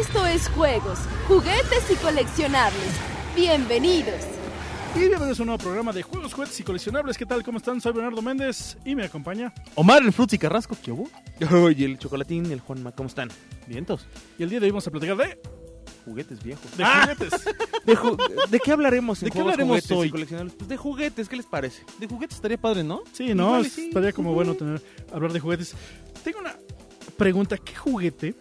Esto es juegos, juguetes y coleccionables. Bienvenidos. Y bienvenidos a un nuevo programa de juegos, juguetes y coleccionables. ¿Qué tal? ¿Cómo están? Soy Bernardo Méndez y me acompaña. Omar, el Fruits y Carrasco, ¿qué hubo? Oye, el Chocolatín, el Juanma, ¿cómo están? Vientos, Y el día de hoy vamos a platicar de, juguetes viejos. de juguetes. ¿De, ju- ¿de qué hablaremos en ¿De qué juegos, hablaremos juguetes y hoy? coleccionables? Pues de juguetes, ¿qué les parece? De juguetes estaría padre, ¿no? Sí, ¿no? Igual y sí. Estaría como bueno tener hablar de juguetes. Tengo una pregunta. ¿Qué juguete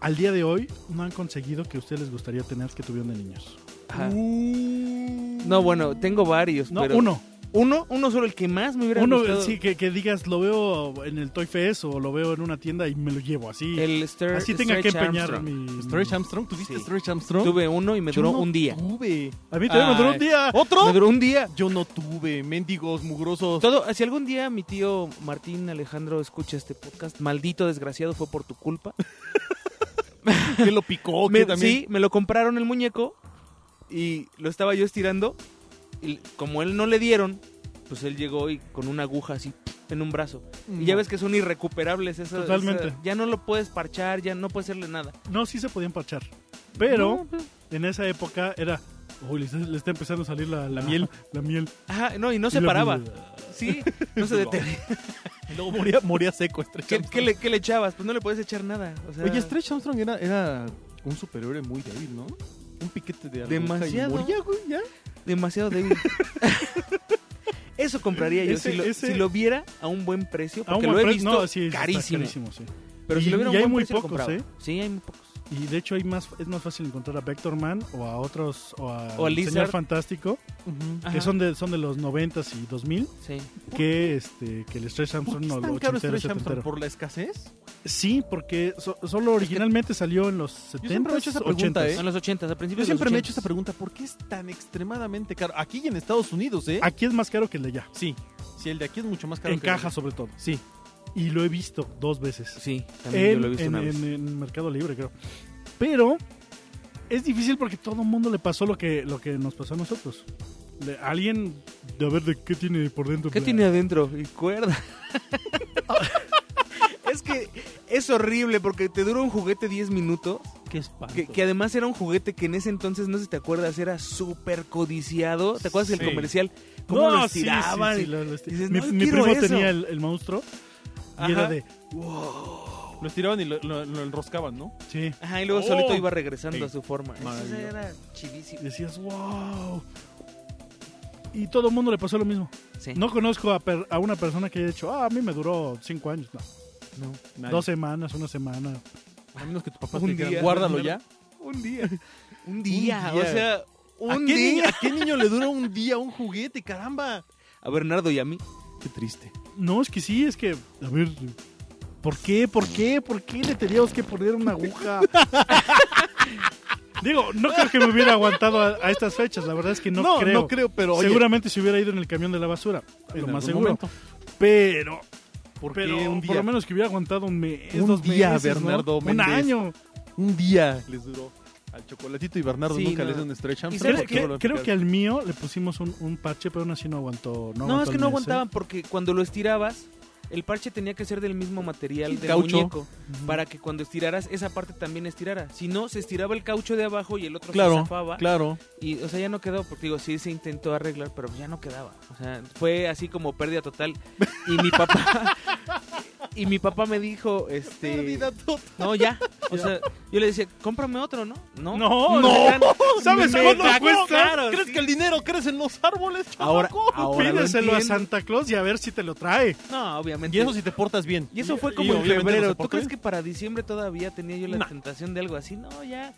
al día de hoy no han conseguido que a ustedes les gustaría tener que tuvieron de niños? Ajá. No, bueno, tengo varios, No, pero... uno. ¿Uno? ¿Uno solo el que más me hubiera Uno, gustado? sí, que, que digas, lo veo en el Toy Fest o lo veo en una tienda y me lo llevo así. El Star, así tenga que Stretch empeñar Armstrong. mi... ¿Storage Armstrong? ¿Tuviste Sí. Storage Armstrong? Tuve uno y me Yo duró no un día. Tuve. A mí también me duró un Ay. día. ¿Otro? Me duró un día. Yo no tuve. Mendigos, mugrosos. Todo, si algún día mi tío Martín Alejandro escucha este podcast, maldito desgraciado, fue por tu culpa. que lo picó, Me- que también. Sí, me lo compraron el muñeco y lo estaba yo estirando. Y como él no le dieron, pues él llegó y con una aguja así en un brazo. Y ya ves que son irrecuperables eso. Totalmente. esa- ya no lo puedes parchar, ya no puedes hacerle nada. No, sí se podían parchar. Pero No, pues- en esa época era. Uy, le está, le está empezando a salir la, la miel. La miel. Ajá, no, y no Y se la- paraba. Sí, no se detenía. Y luego moría, moría seco Stretch ¿Qué, qué Armstrong. le, qué le echabas? Pues no le puedes echar nada. o sea, Oye, Stretch Armstrong era, era un superhéroe muy débil, ¿no? Un piquete de aguja y Demasiado. moría, güey, ya. demasiado débil. Eso compraría yo. Ese- si, lo, ese- si lo viera a un buen precio, A un porque buen lo he pre- visto no, sí, está carísimo. carísimo, sí. Pero Y- si lo y hubiera un hay buen muy precio, lo pocos, compraba. ¿eh? Sí, hay muy pocos. Y de hecho hay más, es más fácil encontrar a Vector Man o a otros. O a, O a Señor Lizard. Fantástico. Ajá. Que son de, son de los 90 y 2000. Sí. Que, este, que el Stretch ¿Por Samsung qué no es lo tan ochentero, caro Stretch setentero. Armstrong? ¿Por la escasez? Sí, porque so- solo originalmente salió en los 70 siempre me he hecho esa pregunta, ¿eh? En los 80, a Yo principios siempre de los me he hecho esa 80s. pregunta. ¿Por qué es tan extremadamente caro? Aquí y en Estados Unidos, ¿eh? Aquí es más caro que el de allá. Sí. Sí, el de aquí es mucho más caro. en que el de caja, sobre todo. Sí. Y lo he visto dos veces. Sí, también en, yo lo he visto en- una vez. en- en Mercado Libre, creo. Pero es difícil porque todo el mundo le pasó lo que, lo que nos pasó a nosotros. Le- alguien, de a ver, de qué tiene por dentro. ¿Qué Bla- tiene adentro? Y cuerda. es que es horrible porque te dura un juguete 10 minutos. Qué espanto. Que, que además era un juguete que en ese entonces, no sé si te acuerdas, era súper codiciado. ¿Te acuerdas Sí. del comercial? ¿Cómo No, lo sí, sí, estiraban? sí, lo- lo estir- Dices, mi "No, mi quiero primo eso". tenía el, el monstruo y Ajá. era de. Lo estiraban y lo, lo- lo enroscaban, ¿no? Sí. Ajá, y luego Oh. solito iba regresando Sí. a su forma. Eso Maravilloso. era chidísimo. Decías, wow. Y todo el mundo le pasó lo mismo. Sí. No conozco a, per- a una persona que haya dicho, ah, a mí me duró cinco años. No, No. Nadie. dos semanas, una semana. A menos que tu papá Un te dijera, día. guárdalo ya. Un día. Un día. día. O sea, un ¿A, qué Niño, día. ¿A qué niño le dura un día un juguete, caramba? A Bernardo y a mí. Qué triste. No, es que sí, es que, a ver, ¿por qué, por qué, por qué le teníamos que poner una aguja? Digo, no creo que me hubiera aguantado a, a estas fechas, la verdad es que no, creo. no creo, pero oye, Seguramente se hubiera ido en el camión de la basura, en lo más algún seguro. momento. Pero, ¿Por qué pero un por día, lo menos que hubiera aguantado un mes, Un dos día, meses, ¿no? Bernardo un Méndez. año. un día les duró al chocolatito y Bernardo Sí, nunca no. les dio un stretch ¿Y Creo, sabes Armstrong? que- creo que al mío le pusimos un, un parche, pero aún así no aguantó. No, No, aguantó es que el mes, ¿eh? no aguantaban porque cuando lo estirabas, el parche tenía que ser del mismo material del Caucho. muñeco para que cuando estiraras esa parte también estirara. Si no, se estiraba el caucho de abajo y el otro se Claro, zafaba. claro. Y, o sea, ya no quedó, porque digo, sí se intentó arreglar, pero ya no quedaba. O sea, fue así como pérdida total. Y mi papá. y mi papá me dijo, este. Pérdida total. No, ya. O sea, yo le decía, cómprame otro, ¿no? No. No, Eran- ¿Sabes Me cuánto cagó, cuesta? claro, ¿Crees sí. que el dinero crece en los árboles, Ahora, chamaco? ahora lo Pídeselo a entiendo. Santa Claus y a ver si te lo trae. No, obviamente. Y eso si te portas bien. Y eso fue Y como en obviamente no febrero. se ¿Tú portó crees bien. que para diciembre todavía tenía yo la Nah. tentación de algo así? No, ya.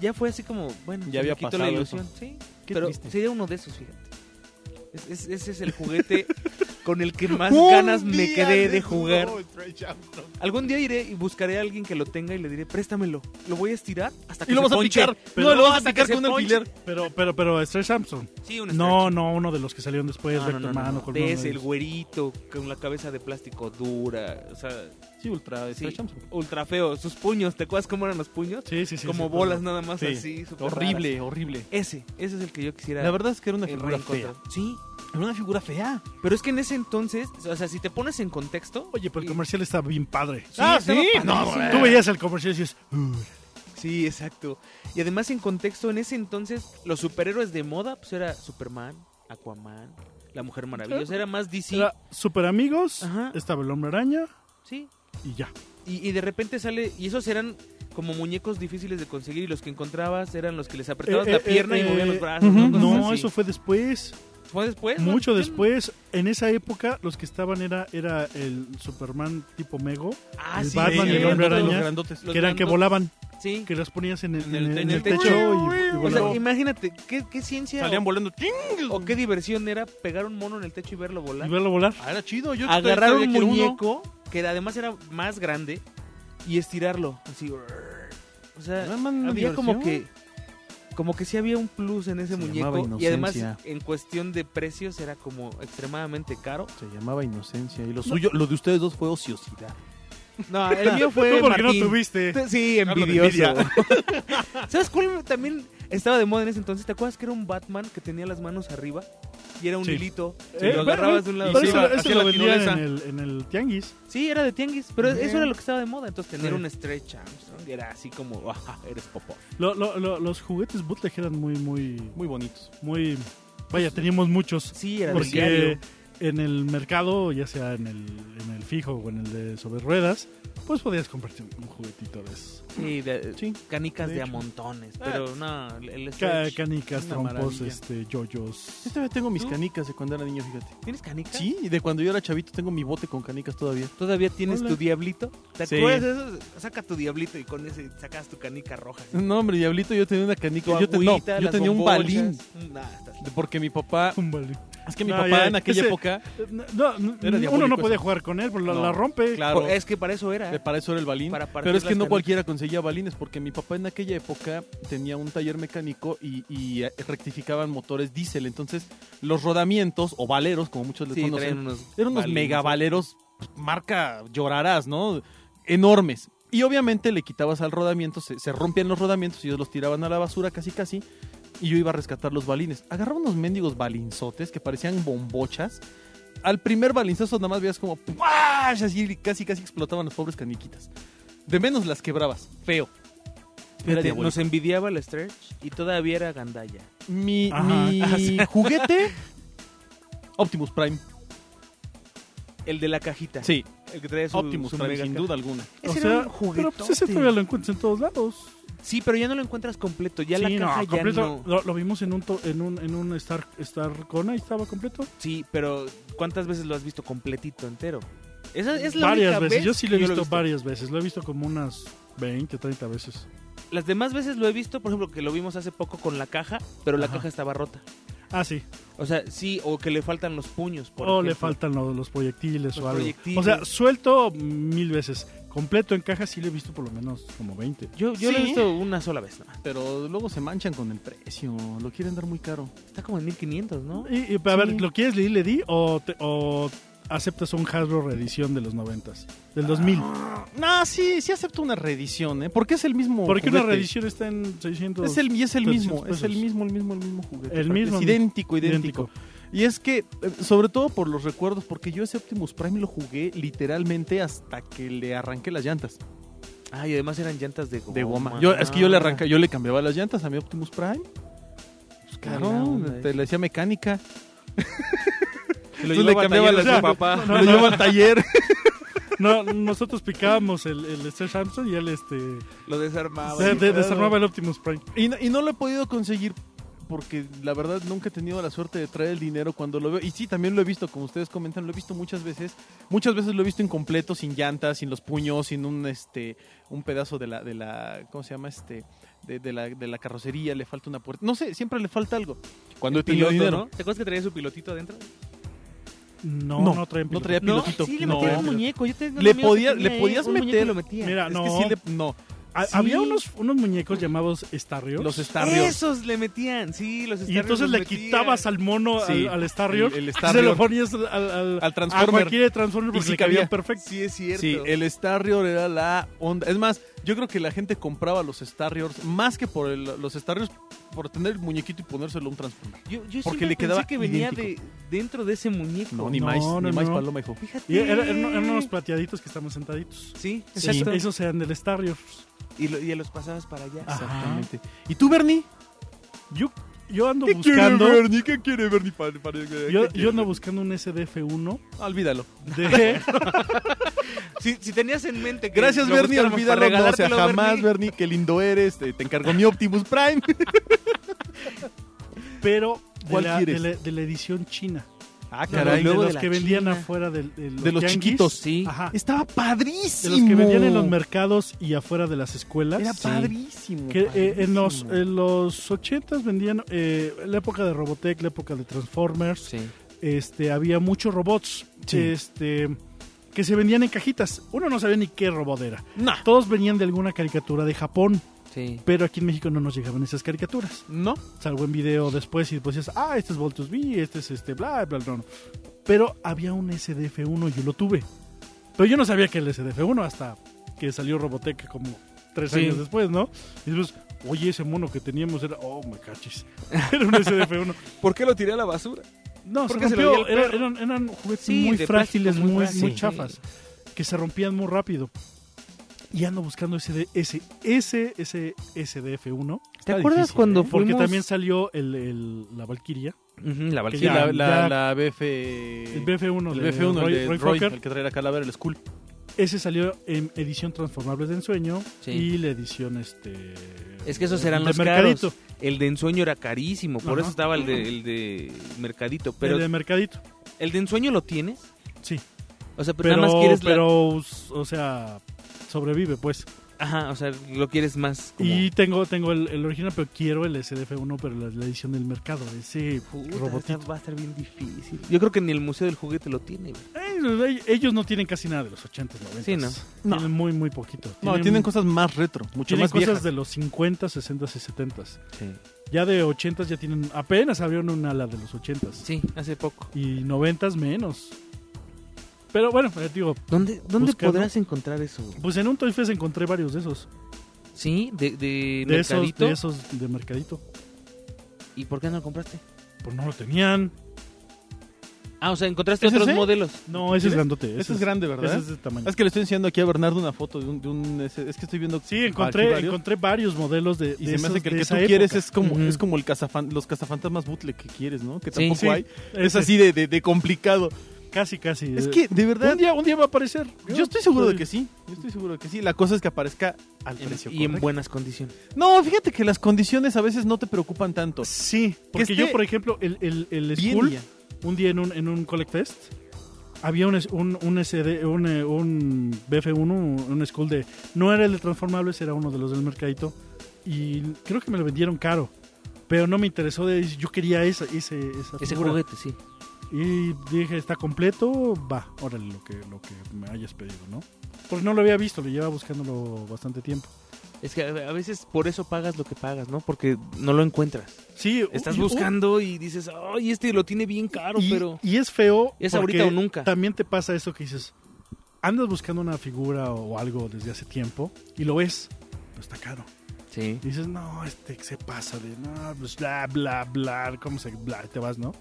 Ya fue así como, bueno, Ya se me había quitó pasado la eso. ilusión. Sí, Qué pero triste. sería uno de esos, fíjate. Es- es- ese es el juguete con el que más Un ganas me día quedé de les jugar. duró el Stretch Armstrong. Algún día iré y buscaré a alguien que lo tenga y le diré, préstamelo. Lo voy a estirar hasta que Y lo se vas a ponche. picar. Pero No, lo vas a hasta que picar se con un ponche. alfiler. Pero, pero, pero, Stretch Samson. Sí, un No, no, uno de los que salieron después, No, no, Vector no, Man no, o no. con De uno de ese, el ellos. güerito con la cabeza de plástico dura, o sea, Sí, ultra de sí, Stretch Armstrong. ultra feo. Sus puños, ¿te acuerdas cómo eran los puños? Sí, sí, sí. Como sí, bolas claro. nada más Sí. así, súper Horrible, horrible. raras. Ese, ese es el que yo quisiera. La verdad es que era una eh, figura fea. reencontrar. Sí, Era una figura fea. Pero es que en ese entonces, o sea, si te pones en contexto. Oye, pero el y- comercial está bien padre. Ah, ¿sí? No, padrísimo. tú veías el comercial y dices, "Uh, Sí, exacto. Y además en contexto, en ese entonces, los superhéroes de moda, pues era Superman, Aquaman, la Mujer Maravillosa, era más DC. era super amigos, Ajá. estaba el hombre araña Sí. y ya. Y, y de repente sale, y esos eran como muñecos difíciles de conseguir y los que encontrabas eran los que les apretabas Eh, la eh, pierna eh, y movían los brazos. ujú. Cosas No, así. eso fue después. fue después. ¿no? Mucho Yo- después. En esa época, los que estaban era, era el Superman tipo Mego, Ah, el sí, Batman y el sí, Hombre los- Araña, grandotes. los que eran que grandotes. volaban, Sí. que los ponías en el, En el- en el- en en el el techo, techo. y, y O sea, volaban. imagínate, ¿qué, qué ciencia Salían volando. ¡ting! o, o qué diversión era pegar un mono en el techo y verlo volar? Y verlo volar. Ah, era chido. Yo agarrar todavía un quiero uno. muñeco que además era más grande y estirarlo así. O sea, Nada más había como que diversión. como que sí había un plus en ese Se muñeco llamaba y además inocencia. en cuestión de precios era como extremadamente caro. Se llamaba Inocencia. Y lo suyo, lo de ustedes dos fue ociosidad. No, el mío ¿Tú fue por qué no Martín. tuviste? Sí, Hablo de envidioso. ¿Sabes cuál también estaba de moda en ese entonces? ¿Te acuerdas que era un Batman que tenía las manos arriba y era un Sí. hilito? Eh, y lo ve- agarrabas ve- de pero un lado. y eso iba, eso hacía lo la vendían tirolesa. en el, en el tianguis. Sí, era de tianguis, pero Ujú. eso era lo que estaba de moda. Entonces tener Sí. un stretch Armstrong era así como, "Ajá, eres popó. Lo- lo- lo- los juguetes bootleg eran muy, muy, Muy bonitos. muy... Vaya, teníamos muchos. Sí, era de Porque en el mercado, ya sea en el, en el fijo o en el de sobre ruedas, pues podías comprarte un, un juguetito de esos. Sí, de- Sí, canicas de de, a hecho. Ah. montones. Pero no, el- el Ca- stretch. canicas, Una trompos, maravilla. este, yoyos. Yo todavía tengo mis ¿Tú? canicas de cuando era niño, fíjate. ¿Tienes canicas? Sí, y de cuando yo era chavito tengo mi bote con canicas todavía. ¿Todavía tienes Hola. tu diablito? ¿Te Sí. acuerdas de eso? Saca tu diablito y con ese sacas tu canica roja. así. No, hombre, diablito, yo tenía una Tu canica. Yo, te- no, agüita, yo las tenía un bombochas. balín. Nah, estás- de- Porque mi papá. Un balde. Es que mi No, papá ya, en aquella ese- época. No, no, n- Era uno diabólico no podía eso. jugar con él, pero la, No, la rompe. Claro. Es que para eso Eh, era. Para eso era el balín. Para partir pero es las que no canicas. cualquiera conseguía balines, porque mi papá en aquella época tenía un taller mecánico y, y, eh, rectificaban motores diésel. Entonces, los rodamientos o valeros, como muchos les Sí, conocen, traían unos eran unos balines. megavaleros, marca, llorarás, ¿no? Enormes. Y obviamente le quitabas al rodamiento, se, se rompían los rodamientos y ellos los tiraban a la basura casi casi. Y yo iba a rescatar los balines. Agarraba unos mendigos balinzotes que parecían bombochas. Al primer balinzazo nada más veías como ¡puash! Así casi casi explotaban las pobres caniquitas. De menos las quebrabas. Feo. Era Fíjate, diabólico. nos envidiaba el stretch y todavía era gandalla. Mi, Ajá. mi Ah, sí. juguete... Optimus Prime. El de la cajita. Sí, El que traía su, Optimus su Prime, mega sin caja. duda alguna. Ese o sea, era un juguete. pero pues ese todavía lo encuentras en todos lados. Sí, pero ya no lo encuentras completo. Ya Sí, la caja no, ya completo. no. Lo, lo vimos en un, to- en un, en un Star, Star Cona y estaba completo. Sí, pero ¿cuántas veces lo has visto completito entero? Esa es la varias única veces. vez Yo sí lo he que visto, he varias veces. Lo he visto como unas 20, 30 veces. Las demás veces lo he visto, por ejemplo, que lo vimos hace poco con la caja, pero la Ajá. caja estaba rota. Ah, sí. O sea, sí, o que le faltan los puños, por o Oh, le ejemplo. faltan lo- los proyectiles Los o algo. proyectiles. O sea, suelto mil veces. Completo en caja sí lo he visto por lo menos como 20. Yo, yo lo he Sí. visto una sola vez, nada más. Pero luego se manchan con el precio, lo quieren dar muy caro. Está como en 1500, ¿no? Y, y, a Sí. ver, ¿lo quieres Lili le di o, te- o aceptas un Hasbro reedición de los 90 Del 2000. Ah, No, Ah, sí, sí acepto una reedición, ¿eh? Porque es el mismo Porque una juguete. reedición está en 600. Es el, y es el 300 mismo, es el pesos. mismo, el mismo, el mismo juguete. El mismo, Es mi- idéntico, idéntico, idéntico. Y es que, eh, sobre todo por los recuerdos, porque yo ese Optimus Prime lo jugué literalmente hasta que le arranqué las llantas Ah, y además eran llantas de goma. Ah, de Oh, goma. Yo, es que yo le arranca, yo le cambiaba las llantas a mi Optimus Prime. Pues Mala claro, onda, te eh. le hacía mecánica. Lo Entonces le cambiaba las de de su papá. No, lo no. llevaba al taller. No, nosotros picábamos el, el Star Samsung y él este, Lo Ah, desarmaba. se- y- de- desarmaba el Optimus Prime. Y no, y no lo he podido conseguir porque la verdad nunca he tenido la suerte de traer el dinero cuando lo veo. Y sí, también lo he visto, como ustedes comentan, lo he visto muchas veces. Muchas veces lo he visto incompleto, sin llantas, sin los puños, sin un este un pedazo de la de la ¿cómo se llama este? De, de la, de la carrocería, le falta una puerta. No sé, siempre le falta algo. Cuando he El tenido piloto, dinero. ¿no? ¿Te acuerdas que traía su pilotito adentro? No, No, no, traen no piloto. traía No, pilotito. sí, le No. metía un muñeco. Yo tengo un Le amigo que podía- tenía le podías un muñeco meter- y lo metía. Mira, Es no. que sí le- no. A- Sí. Había unos, unos muñecos llamados Starrios. Los Starrios. Esos le metían, sí, los y entonces le quitabas al mono Sí, al, al Starrior, el- el se Starrior. lo ponías al, al, Al Transformer. a cualquier Transformer Y porque sí le cabía cabía. perfecto. Sí, es cierto. Sí, eh, el Starrior era la onda. Es más, yo creo que la gente compraba los Starriors más que por el- los Starriors, por tener el muñequito y ponérselo a un Transformer. Yo, yo Porque siempre le quedaba pensé que venía de, idéntico. dentro de ese muñeco. No, ni no, más, no, ni más no. paloma, hijo. Fíjate. Y era- eran, eran unos plateaditos que estaban sentaditos. Sí, Sí. Esos- exacto. Esos eran del Starrior. Y, lo- y los pasabas para allá. Ajá. Exactamente. ¿Y tú, Bernie? Yo, yo ando buscando. Bernie? ¿Qué quiere Bernie? Yo, yo ando buscando un SDF1 Olvídalo. de. Si, si tenías en mente que Gracias, lo Bernie. buscáramos para Olvídalo. No, o sea, regalártelo, jamás, Bernie. Bernie. Qué lindo eres. Te, te encargó mi Optimus Prime. Pero de ¿Cuál la, de, quieres? la, de la edición china. Ah, de caray. luego los de la que vendían China. afuera del- de, los De los tianguis. chiquitos. Sí. Ajá. Estaba De padrísimo. los que vendían en los mercados y afuera de las escuelas. Era Sí. padrísimo. Que eh, en, los, padrísimo. en los 80s vendían eh, la época de Robotech, la época de Transformers. Sí. Este, había muchos robots Sí. este, que se vendían en cajitas. Uno no sabía ni qué robot era. No. Todos venían de alguna caricatura de Japón, Sí. pero aquí en México no nos llegaban esas caricaturas. No. Salvo en video después y después decías, ah, este es Voltus V, este es este, bla, bla, bla. no. Pero había un SDF1, yo lo tuve. Pero yo no sabía que el SDF1 hasta que salió Robotech como tres Sí. años después, ¿no? Y después, oye, ese mono que teníamos era, oh, me cachis. Era un SDF1. ¿Por qué lo tiré a la basura? No, se Porque se rompió, lo dio al era- perro. eran, eran juguetes Sí, muy de frágiles, plástico, muy muy, frágil. muy Sí. chafas, que se rompían muy rápido. Y ando buscando ese, de- ese, ese, ese SDF1, ¿Te Está acuerdas difícil, cuando ¿eh? fuimos? porque también salió el, el- la Valkyria, Ujú, la Sí, Valkyria. Ya, la, la, ya. la BF. el El BF1 el de BF1, Roy, el de Roy Roy, Fokker. el que trae la calavera, el Skull. Ese salió en edición Transformables de Ensueño Sí. y la edición este Es que esos eran de los Mercadito, caros. El de ensueño era carísimo, por Ajá. eso estaba el de, el de mercadito. el Pero de Mercadito, el de ensueño lo tienes. sí. O sea, pero, Pero, pues nada más quieres la- pero o sea, sobrevive pues. Ajá, o sea, lo quieres más como... Y tengo, tengo el, el original, pero quiero el SDF1, pero la, la edición del mercado, ese Puta, robotito. esa va a estar bien difícil. Yo creo que ni el Museo del Juguete lo tiene. güey. Eh, ellos no tienen casi nada de los 80s, 90s. Sí, ¿no? Tienen muy, muy poquito. No, tienen, cosas más retro, mucho tienen más cosas viejas. de los 50, 60 y 70. Ya de 80 ya tienen, apenas abrieron un ala de los 80. Sí, hace poco. Y 90 menos. Pero bueno, eh, digo, ¿Dónde, dónde Buscando. podrás encontrar eso? güey? pues en un Toy Fest encontré varios de esos. Sí, de, de, De esos, mercadito. de esos de mercadito. ¿Y por qué no lo compraste? Pues no lo tenían. Ah, o sea, encontraste ¿Es otros ese? modelos. No, ese es ¿Quieres? grandote. ese Ese es grande, ¿verdad? Ese es de tamaño. Es que le estoy enseñando aquí a Bernardo una foto de un... de un- es, es que estoy viendo... Sí, encontré, aquí varios, encontré varios modelos de, Y de se me hace esos- que de el que tú esa quieres época. es como, Ujú. es como el cazafan, los cazafantasmas bootleg que quieres, ¿no? Que Sí. tampoco Sí. hay. Es Ese. así de, de- de complicado. Casi, casi. Es que, de verdad, un día, un día va a aparecer. yo estoy seguro de que sí. Yo estoy seguro de que sí. La cosa es que aparezca al En- precio y en correcto. buenas condiciones. No, fíjate que las condiciones a veces no te preocupan tanto. Sí, porque esté yo, por ejemplo, el, el, el Bien School, este ya. un día en un, en un Collect Fest, había un, es- un, un SD, un, eh, un BF1, un School de... No era el de Transformables, era uno de los del mercadito. Y creo que me lo vendieron caro. Pero no me interesó, de, yo quería esa, ese, esa Ese figura. juguete, sí. Y dije, está completo, va, órale lo que, lo que me hayas pedido, ¿no? Porque no lo había visto, lo llevaba buscándolo bastante tiempo. Es que a a veces por eso pagas lo que pagas, ¿no? Porque no lo encuentras. Sí, Estás y- buscando y dices, ay, este lo tiene bien caro, y, pero... y es feo. Es porque ahorita o nunca. También te pasa eso que dices, andas buscando una figura o algo desde hace tiempo y lo ves, pero está caro. Sí. Y dices, no, este se pasa de, no, pues bla, bla, bla, ¿cómo se, bla? Y te vas, ¿no?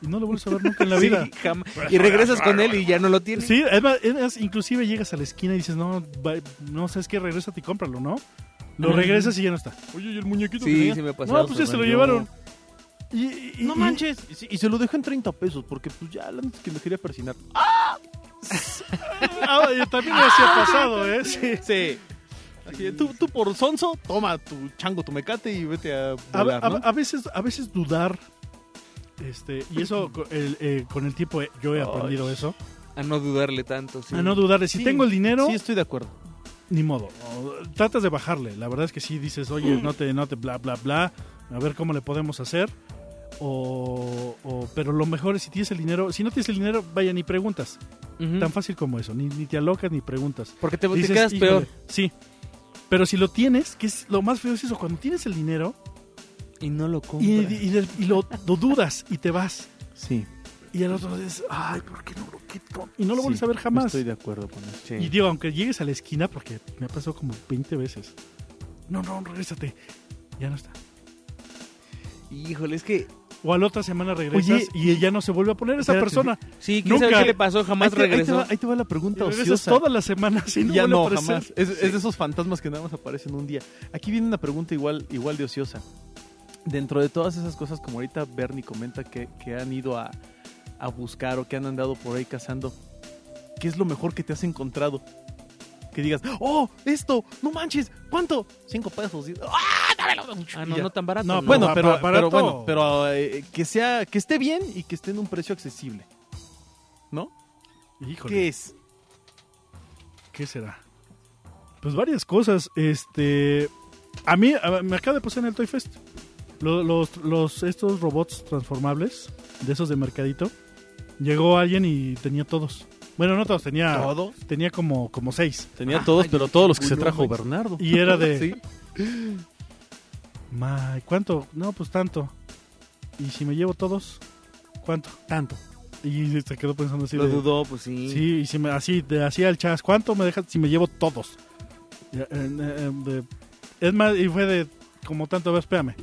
Y no lo vuelves a ver nunca en la vida. Sí, jam- Y regresas con él y ya no lo tienes. Sí, es más, es más, inclusive llegas a la esquina y dices, no, va- no sabes qué, regrésate y cómpralo, ¿no? Lo Ajá. regresas y ya no está. Oye, ¿y el muñequito Sí, que tenía? sí me ha pasado, No, pues ya se se lo vendió. llevaron. Y, y- No y- manches. Y, se- y se lo dejo en 30 pesos porque pues ya antes que me quería persinar. Ah, y también me hacía pasado, ¿eh? Sí. Sí. Así de, tú, tú por sonso, toma tu chango, tu mecate y vete a A, volar, a- ¿no? a veces, a veces dudar, este, y eso co- el, eh, con el tiempo eh, yo he aprendido eso, A no dudarle tanto, sí. a no dudar de si Sí. tengo el dinero, Sí, estoy de acuerdo. ni modo. O, Tratas de bajarle, la verdad es que sí dices, oye, no te, no te, bla, bla, bla, a ver cómo le podemos hacer. O, o- pero lo mejor es si tienes el dinero, si no tienes el dinero, vaya, ni preguntas. Ujú. Tan fácil como eso, ni, ni te alocas ni preguntas. Porque te, te Dices, quedas "Híjole, peor. Sí. Pero si lo tienes, que es lo más feo es eso, cuando tienes el dinero Y no lo y, compra. y- y- y lo, lo dudas y te vas. Sí. Y al otro dices, ay, ¿por qué no lo quito? Y no lo vuelves a ver jamás. Estoy de acuerdo con eso. Y digo, aunque llegues a la esquina, porque me ha pasado como 20 veces. No, no, regrésate. Ya no está. Híjole, es que O a la otra semana regresas Oye, y ella no se vuelve a poner esa espérate. persona. sí, quién sabe Nunca. qué le pasó, jamás ahí, te, ahí te regresó. va, ahí te va la Y pregunta regresas ociosa. todas las semanas y no ya vuelve a no, aparecer. jamás. Es, es de esos fantasmas que nada más aparecen un día. Aquí viene una pregunta igual, igual de ociosa. Dentro de todas esas cosas, como ahorita Bernie comenta que, que han ido a, a buscar o que han andado por ahí cazando, ¿qué es lo mejor que te has encontrado? Que digas, ¡oh, esto! ¡No manches! ¿Cuánto? Cinco pesos. Y- ¡Ah, dámelo! Ah, Y no, ya. no tan barato. No, No, pues, Bueno, ba- pero, ba- pero barato. bueno, pero eh, que sea, que esté bien y que esté en un precio accesible. ¿No? Híjole, ¿Qué ¿Qué? es? será? Pues varias cosas. Este. A mí a- me acaba de pasar en el Toy Fest. Lo- Los, los- estos robots transformables, de esos de mercadito, llegó alguien y tenía todos. Bueno, no todos, tenía, ¿Todos? tenía como, como seis. Tenía todos, pero todos los que se no trajo manches. Bernardo. Y era de- Sí. Ma, ¿cuánto? No, pues tanto. ¿Y si me llevo todos? ¿Cuánto? Tanto. Y se quedó pensando así. lo de- dudó, pues sí. Sí, y si me, así, de, así al chas, ¿cuánto me dejas si me llevo todos? Ya, eh, eh, de- es más, y fue de como tanto, a ver, espérame.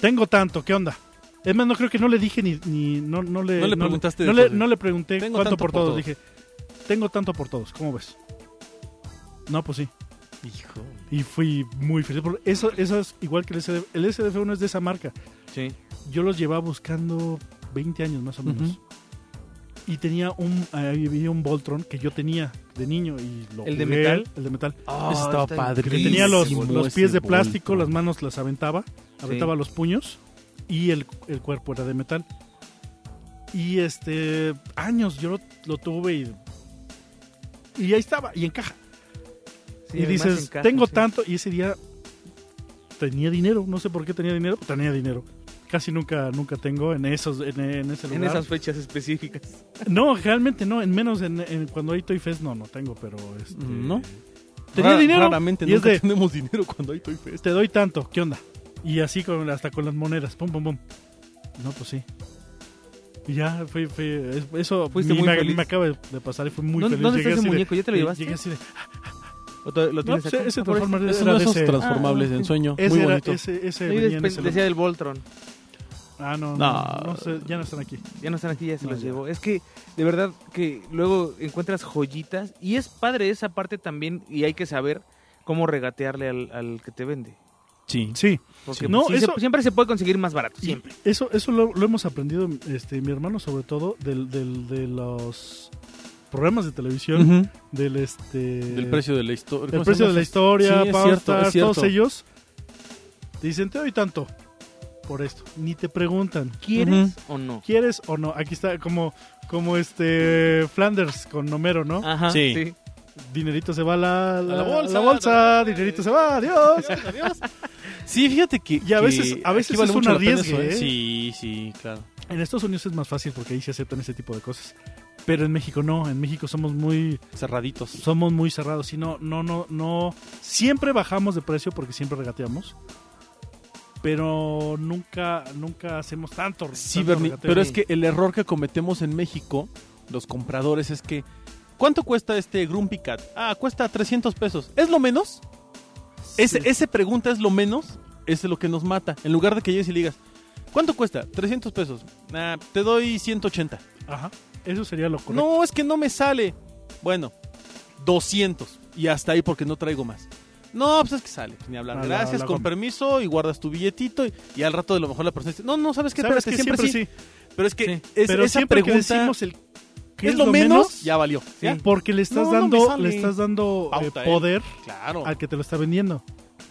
Tengo tanto, ¿qué onda? Es más, no creo que no le dije ni, ni no, no le... No le preguntaste No, de le, todo. no le pregunté Tengo cuánto tanto por por todos. todos. Dije, tengo tanto por todos, ¿cómo ves? No, pues sí. Hijo. Y fui muy feliz. porque Eso, eso es igual que el SDF. El SDF uno es de esa marca. Sí. Yo los llevaba buscando 20 años más o menos. Ujú. Y tenía un, ahí había un Voltron que yo tenía de niño y lo ¿El de jugué, metal? El de metal. Ah, Ese estaba padre. Que tenía los, Buenísimo los Ah, ese pies de plástico, Voltron. las manos las aventaba, aventaba los puños y el, el cuerpo era de metal. Y este, años yo lo, lo tuve y, y ahí estaba, y en caja. Sí, y además dices, encaja, tengo sí. tanto, y ese día tenía dinero, no sé por qué tenía dinero, pero tenía dinero. Casi nunca, nunca tengo en esos, en, en ese lugar. En esas fechas específicas. No, realmente no, en menos en, en cuando hay Toy Fest no, no tengo, pero este, Mm, ¿No? tenía Rara- dinero. Raramente y es nunca de, tenemos dinero cuando hay Toy Fest. te doy tanto, ¿qué onda? Y así con, hasta con las monedas, pum, pum, pum. No, pues sí. Y ya, fui, fui- es- eso Fuiste me, muy me- feliz. me acaba de de pasar y fue muy ¿Dónde- feliz. dónde está Llegué ese así de- muñeco? ¿Ya te lo eh, llevaste? Llegué así de, ¿O to- lo no, tienes pues, acá? ese Ah, por ahí Transformer Es era uno de de esos ese. Ah, transformables de ensueño. Ese muy era, bonito. ese, ese está. No, yo venía en despe- ese decía del Voltron. Ah, no, no, No. no sé, ya no están aquí. Ya no están aquí, ya se No, los Ah, ya. llevó. Es que, de verdad, que luego encuentras joyitas. Y es padre esa parte también. Y hay que saber cómo regatearle al, al que te vende. Sí. Sí, Porque No, pues, sí se- eso- siempre se puede conseguir más barato. y Siempre. eso, eso lo, lo hemos aprendido, este, mi hermano sobre todo, del, del- de los programas de televisión, del este... Del precio de la historia. El precio de la historia, Sí, es Power cierto, es Stars, todos cierto. ellos te dicen, te doy tanto por esto. Ni te preguntan, ¿Quieres o no? ¿quieres o no? Aquí está como, como este Flanders con Homero, ¿no? Ajá. Sí. Dinerito se va a la, Ah. la bolsa, la bolsa, dinerito se va, adiós. Sí, fíjate que. Y a veces- que a veces aquí vale es un mucho la pena arriesgue, eso, ¿eh? Sí, sí, claro. En Estados Unidos es más fácil porque ahí se aceptan ese tipo de cosas. Pero en México no, en México somos muy, Cerraditos. somos muy cerrados. Y no, no, no, no. Siempre bajamos de precio porque siempre regateamos. Pero nunca, nunca hacemos tanto. Sí, tanto Bernie, regateo. pero es que el error que cometemos en México, los compradores, es que. ¿Cuánto cuesta este Grumpy Cat? Ah, cuesta 300 pesos. ¿Es lo menos? Ese, ese pregunta es lo menos, es lo que nos mata. En lugar de que llegues y le digas, ¿cuánto cuesta? 300 pesos. Ah, te doy 180. Ajá. Eso sería lo correcto. No, es que no me sale. Bueno, 200. Y hasta ahí porque no traigo más. No, pues es que sale. pues ni hablar. Ah, la- Gracias, la con goma. permiso y guardas tu billetito. Y, y al rato de lo mejor la persona dice, no, no, ¿sabes qué? ¿Sabes Espérate, que siempre, sí. Pero es que Sí. es- pero esa siempre pregunta que decimos el ¿qué ¿eh? es lo menos, ya valió. ¿ya? porque le estás No, no me dando, sale. le estás dando eh, Pauta, ¿eh? poder Claro. al que Ah, te lo está vendiendo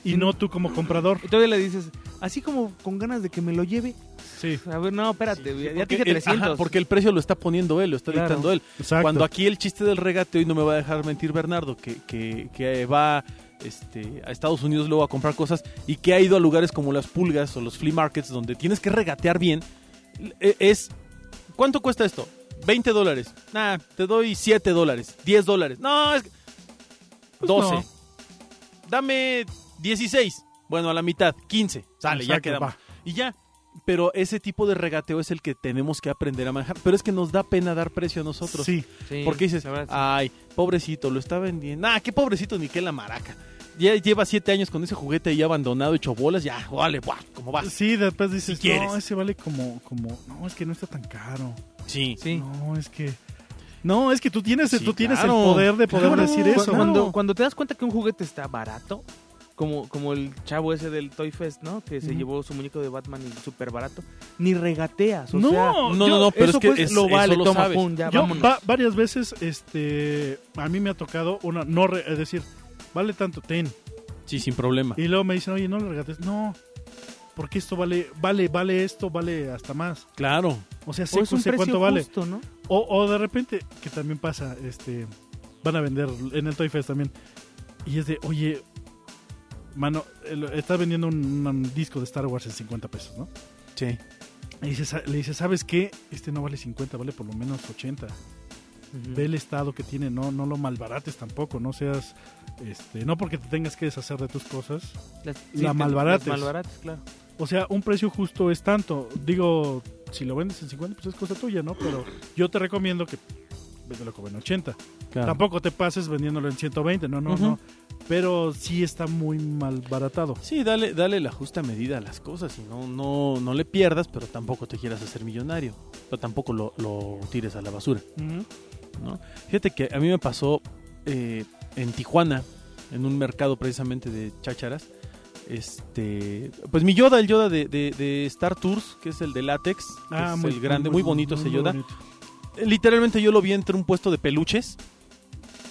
y no tú como comprador. Y todavía le dices, así como con ganas de que me lo lleve. Sí, A ver, no, espérate. ya- ya te Porque dije el- ajá, 300. porque el precio lo está poniendo él, lo está Claro. dictando él. exacto. Cuando aquí el chiste del regateo, y no me va a dejar mentir Bernardo, que, que- que va este, a Estados Unidos luego a comprar cosas y que ha ido a lugares como las pulgas o los flea markets donde tienes que regatear bien, e- es, ¿cuánto cuesta esto? 20 dólares. Nah, te doy 7 dólares, 10 dólares. No, es que... Pues 12. no. dame 16. Bueno, a la mitad, 15. Sale, ya Exacto, quedamos. va. Y ya. Pero ese tipo de regateo es el que tenemos que aprender a manejar. Pero es que nos da pena dar precio a nosotros. Sí, Porque dices, la ah, verdad, ay, pobrecito, lo está vendiendo. Ah, qué pobrecito, ni qué la maraca. Ya lleva siete años con ese juguete ahí abandonado, hecho bolas. Ya, vale, buah, ¿cómo vas? sí, después dices, Ah. Si quieres. no, ese vale como, como, no, es que no está tan caro. Sí. sí. No, es que, no, es que tú tienes, Sí, tú tienes claro. el poder de poder Claro, decir eso. Cuando, cuando te das cuenta que un juguete está barato, como, como el chavo ese del Toy Fest, ¿no? Que se Ujú. llevó su muñeco de Batman y súper barato, ni regateas. O No, sea, No, no, no, pero eso es que pues es- lo eso vale, lo toma, sabes. pum, ya, Yo vámonos. va- varias veces, este, a mí me ha tocado una, no, re- es decir, vale tanto, ten. Sí, sin problema. Y luego me dicen, oye, no lo regates. No, porque esto vale, vale, vale esto, vale hasta más. Claro. O sea, O sé, es un sé precio cuánto vale. justo, ¿no? O, o de repente, que también pasa, este, van a vender en el Toy Fest también. Y es de, oye, mano, el- está vendiendo un, un disco de Star Wars en 50 pesos, ¿no? Sí. Le dices, le dices, ¿sabes qué? Este no vale 50, vale por lo menos 80. Mm. Ve el estado que tiene, no, no lo malbarates tampoco, no seas, este, no porque te tengas que deshacer de tus cosas, Las- la te- malbarates. Las malbarates, claro. O sea, un precio justo es tanto. Digo, si lo vendes en 50, pues es cosa tuya, ¿no? Pero yo te recomiendo que véndelo como en 80. Tampoco te pases vendiéndolo en 120, no, no, Ujú. no. Pero sí está muy mal baratado. Sí, dale, dale la justa medida a las cosas y no, no, no le pierdas, pero tampoco te quieras hacer millonario. Pero tampoco lo, lo tires a la basura. ¿no? Fíjate que a mí me pasó eh, en Tijuana, en un mercado precisamente de chácharas. Este, pues mi Yoda, el Yoda de, de- de Star Tours, que es el de látex, que es el grande, muy, bonito ese Ah, muy Yoda. bonito. Eh, Literalmente yo lo vi entre un puesto de peluches.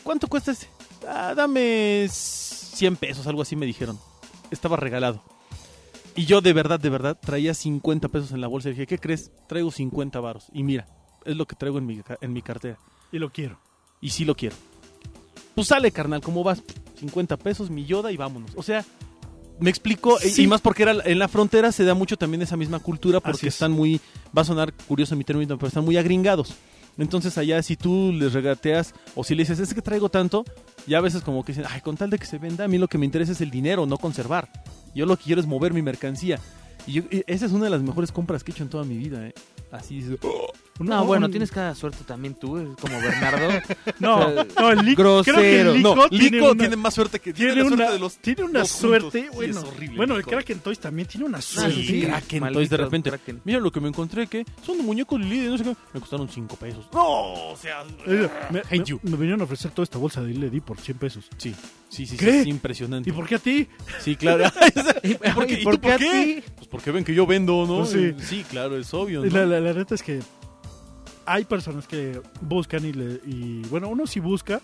¿Cuánto cuesta ese? Ah, dame 100 pesos, algo así me dijeron. Estaba regalado. Y yo de verdad, de verdad, traía 50 pesos en la bolsa. Y dije, ¿qué crees? Traigo 50 varos. Y mira, es lo que traigo en mi, ca- en mi cartera. Y lo quiero. Y sí lo quiero. Pues sale, carnal, ¿cómo vas? 50 pesos, mi Yoda y vámonos. O sea, me explico. y- Sí. Y más porque era, en la frontera se da mucho también esa misma cultura Así porque es. están muy. Va a sonar curioso mi término, pero están muy agringados. Entonces allá si tú les regateas o si le dices, es que traigo tanto, ya a veces como que dicen, ay, con tal de que se venda, a mí lo que me interesa es el dinero, no conservar. Yo lo que quiero es mover mi mercancía. Y yo- y esa es una de las mejores compras que he hecho en toda mi vida, ¿eh? Así es. No, bueno, un- tienes cada suerte también tú, eh, como Bernardo. No, o sea, no, el Lico. Creo que el grosero. Lico No, tiene, Lico una, tiene más suerte que tiene la una- suerte de los tiene una dos juntos. suerte. Sí, es Bueno, horrible, bueno, el Lico. Kraken Toys también tiene una Ah, suerte. sí, sí, Kraken, entonces, de maldito repente. Kraken. Mira lo que me encontré que son muñecos de Lily, no sé qué. Me costaron 5 pesos. No, o sea, Eh, Me, Hate me- you. me vinieron a ofrecer toda esta bolsa de le di por 100 pesos. Sí, sí, sí, sí, ¿Qué? es impresionante. ¿Y por qué a ti? Sí, claro. ¿Y por qué? ¿Y tú por a qué? ti? Pues porque ven que yo vendo, ¿no? Pues sí. Sí, claro, es obvio, ¿no? La, la- la neta es que hay personas que buscan y, le, y bueno, uno si busca,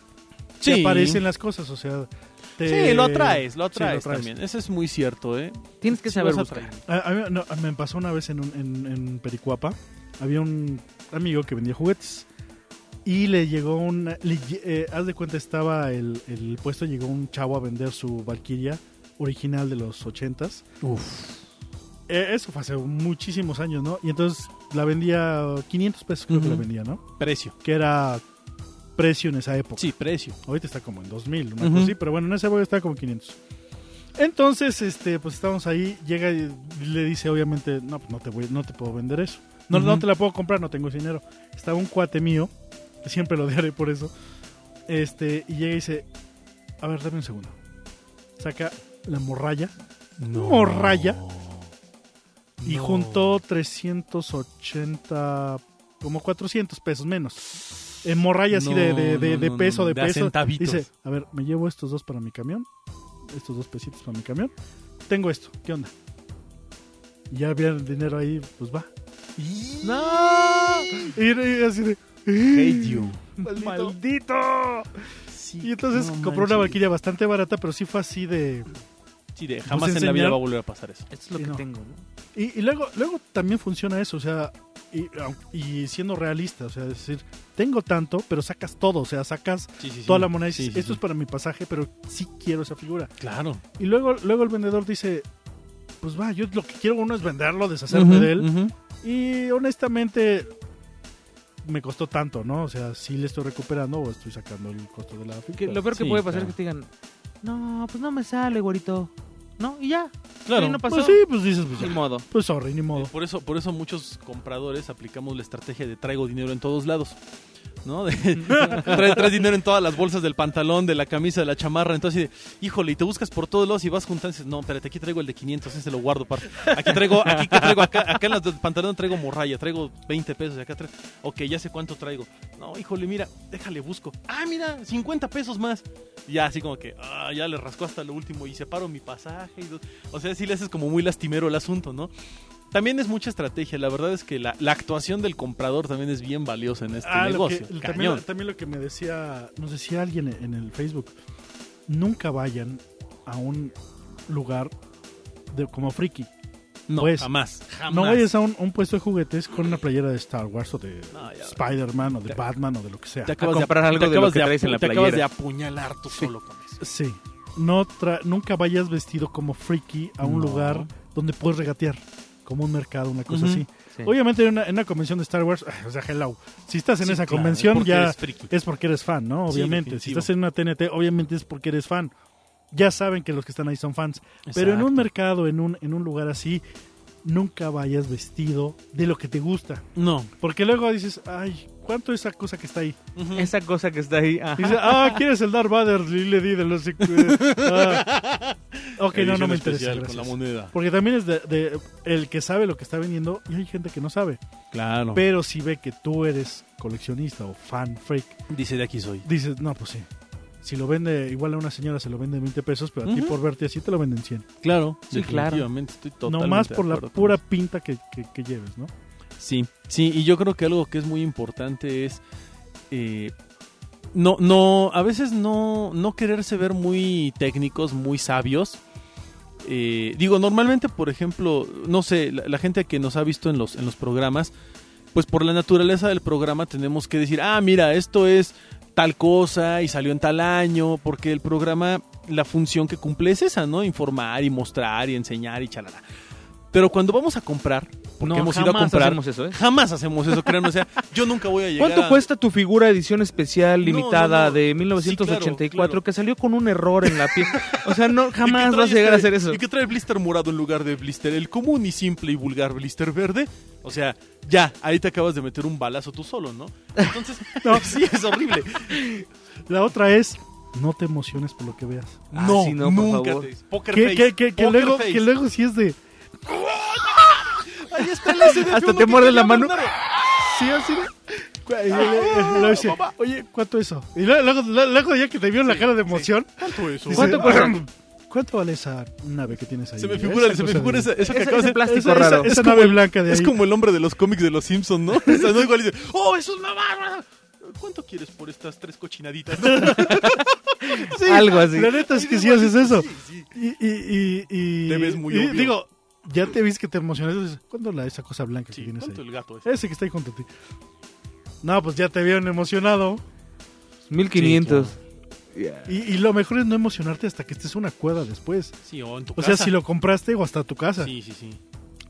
Sí. te aparecen las cosas, o sea... te- Sí, lo atraes, lo Sí, atraes, también. Eso es muy cierto, ¿eh? Tienes que Sí, saber vas a buscar. atraer. Ah, A- a mí- no, me pasó una vez en, un- en- en Pericuapa, había un amigo que vendía juguetes y le llegó un... le lle- eh, haz de cuenta, estaba el, el puesto, llegó un chavo a vender su Valkyria original de los ochentas. Eh, eso fue hace muchísimos años, ¿no? Y entonces la vendía 500 pesos, creo que Ujú. la vendía, ¿no? Precio. que era precio en esa época. Sí, precio. Ahorita está como en 2000, una Ujú. cosa así, pero bueno, en esa época estaba como 500. Entonces, este, pues estábamos ahí, llega y le dice obviamente, no, pues no te voy, no te puedo vender eso. No, no Ujú. te la puedo comprar, no tengo ese dinero. Estaba un cuate mío, que siempre lo odiaré por eso. Este, y llega y dice, a ver, dame un segundo. Saca la morralla No. Morralla. y No. juntó 380, como 400 pesos menos. En morralla así de, de- de- No, no, de no, peso, no, de de a peso. centavitos. Dice, a ver, me llevo estos dos para mi camión, estos dos pesitos para mi camión. Tengo esto, ¿qué onda? Y ya había el dinero ahí, pues va. Y- ¡No! Y era así de... Hate you. ¡Maldito! Sí, Y entonces no compró una manches. valquiria bastante barata, pero sí fue así de... Sí, de- jamás en la enseñar- vida va a volver a pasar eso. Esto es lo Sí, que no. tengo, ¿no? Y, y luego, luego también funciona eso, o sea, y, au- y siendo realista, o sea, es decir, tengo tanto, pero sacas todo, o sea, sacas Sí, sí, sí. toda la moneda y dices, Sí, sí, esto sí. es para mi pasaje, pero sí quiero esa figura. Claro. Y luego, luego el vendedor dice, pues va, yo lo que quiero uno es venderlo, deshacerme Ujú, de él. ujú. Y honestamente, me costó tanto, ¿no? O sea, sí le estoy recuperando o estoy sacando el costo de la Que figura. lo peor que Sí, puede pasar claro. es que te digan, No, pues no me sale, güerito. No, y ya. Claro. Sí, no pasó. Pues sí, pues dices, pues, Sin ya. modo. pues sorry, ni modo. Por eso, por eso muchos compradores aplicamos la estrategia de traigo dinero en todos lados. ¿No? De- traes, traes dinero en todas las bolsas del pantalón, de la camisa, de la chamarra. Entonces, así de, híjole, y te buscas por todos lados y vas juntando. y dices, no, espérate, aquí traigo el de 500, ese lo guardo. Parte. Aquí traigo, aquí ¿qué traigo, acá, acá en las del pantalón traigo morralla, traigo 20 pesos. y Acá traigo, ok, ya sé cuánto traigo. No, híjole, mira, déjale, busco. Ah, mira, 50 pesos más. Y Ya, así como que, ah, ya le rascó hasta lo último y separo mi pasaje. y do- o sea, sí le haces como muy lastimero el asunto, ¿no? También es mucha estrategia. La verdad es que la, la actuación del comprador también es bien valiosa en este Ah, lo que- negocio. también, Cañón. también lo que me decía, nos decía alguien en el Facebook, nunca vayan a un lugar de, como friki. No, pues, jamás. Jamás. No vayas a un, un puesto de juguetes con una playera de Star Wars o de No, ya. Spider-Man o de Batman o de lo que sea. Te A comprar apu- algo te de lo acabas que traes apu- en la Te acabas de playera. apuñalar tú solo con eso. Sí. Pues No tra- nunca vayas vestido como friki a un No. lugar donde puedes regatear, como un mercado, una cosa Ujú. así. Sí. Obviamente en una, en una convención de Star Wars, o sea, hello. Si estás en Sí, esa claro, convención porque ya Eh, eres friki. es porque eres fan, ¿no? Sí, Obviamente. si definitivo. estás en una TNT, obviamente es porque eres fan. Ya saben que los que están ahí son fans. Pero en Exacto. un mercado, en un, en un lugar así, nunca vayas vestido de lo que te gusta. No. Porque luego dices, ay, ¿cuánto es esa cosa que está ahí? Esa cosa que está ahí. ajá. Y dices, ah, ¿quieres el Darth Vader? Y le di de los... eh, ah. Ok, no, no me interesa. Con la gracias. moneda. Porque también es de, de el que sabe lo que está vendiendo y hay gente que no sabe. Claro. Pero si ve que tú eres coleccionista o fan freak, Dice de aquí soy. dices, no, pues sí. Si lo vende, igual a una señora se lo vende en 20 pesos, pero a ti Ujú. por verte así te lo venden 100. Claro. Sí, claro. Definitivamente estoy totalmente. no más de por la acuerdo con pura eso. pinta que, que- que lleves, ¿no? Sí, sí, y yo creo que algo que es muy importante es eh, no, no, a veces no, no quererse ver muy técnicos, muy sabios. Eh, digo, normalmente, por ejemplo, no sé, la, la gente que nos ha visto en los, en los programas, pues por la naturaleza del programa tenemos que decir, ah, mira, esto es tal cosa y salió en tal año, porque el programa, la función que cumple es esa, ¿no? Informar y mostrar y enseñar y chalala. Pero cuando vamos a comprar, porque hemos ido a jamás comprar, hacemos eso, ¿eh? Jamás hacemos eso, créanme. O sea, yo nunca voy a llegar. ¿Cuánto a- cuesta tu figura edición especial No, limitada no, no. de Sí, 1984 claro, claro. que salió con un error en la piel? O sea, no, ¿Y qué jamás trae vas a llegar a este- hacer eso. ¿Y qué trae el blister morado en lugar de blister? El común y simple y vulgar blister verde. O sea, ya, ahí te acabas de meter un balazo tú solo, ¿no? Entonces, no, sí, es horrible. La otra es, no te emociones por lo que veas. Ah, no, sí, no, por nunca. favor. te- Poker Que, face, que- que- que poker luego, face. que luego sí es de... Ahí está el SDF1 Hasta te que muerde la quería mano. mandar. Sí, así de... cu- y luego- Ah, y luego dice, Oye, ¿cuánto eso? Y luego, luego- luego ya que te vieron la cara de emoción, ¿Cuánto eso? dice, ¿Cuánto cuesta? ¿cuánto vale esa nave que tienes ahí? Se me figura, se me figura esa. cosa esa, esa que Ese- acabas ese de de- plástico esa- esa- raro. Esa, nave blanca de ahí. Es como el hombre de los cómics de los Simpsons, ¿no? O sea, no igual dice, oh, eso es mamá. ¿Cuánto quieres por estas tres cochinaditas? Algo así. La neta es que si haces eso. Y, y, y, y- Te ves muy y obvio. Digo, ya te ves que te emocionas. dices, ¿Cuándo la esa cosa blanca que Sí, tienes ¿cuánto ahí? ¿Eh? el gato es? Ese que está ahí junto a ti. No, pues ya te vieron emocionado. 1500. Y, y lo mejor es no emocionarte hasta que estés una cuerda después. Sí, o en tu O casa. sea, si lo compraste o hasta tu casa. Sí, sí, sí.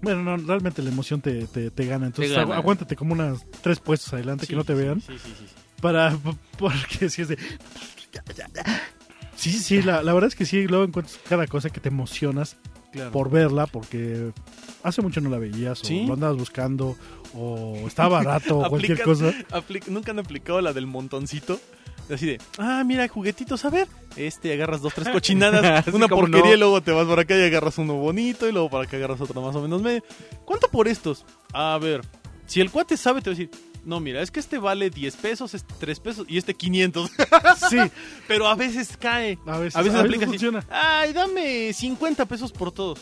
Bueno, no, realmente la emoción te, te, te gana. Entonces gana. agu- aguántate como unas tres puestos adelante Sí, que no te sí, vean. Sí, sí, sí. sí. Para, porque si es de... Sí, sí, la, la verdad es que sí, luego encuentras cada cosa que te emocionas Claro. por verla porque hace mucho no la veías o Sí. lo andabas buscando o está barato o cualquier Aplican- cosa. apli- Nunca han aplicado la del montoncito. Así de, ah, mira, juguetitos, a ver. Este, agarras dos, tres cochinadas, Sí, una cómo porquería no. y luego te vas por acá y agarras uno bonito y luego para acá agarras otro más o menos medio. ¿Cuánto por estos? A ver, si el cuate sabe, te va a decir, no, mira, es que este vale 10 pesos, este 3 pesos y este 500. Sí, Pero a veces cae. a veces, A veces a veces aplica así. funciona. Ay, dame 50 pesos por todos.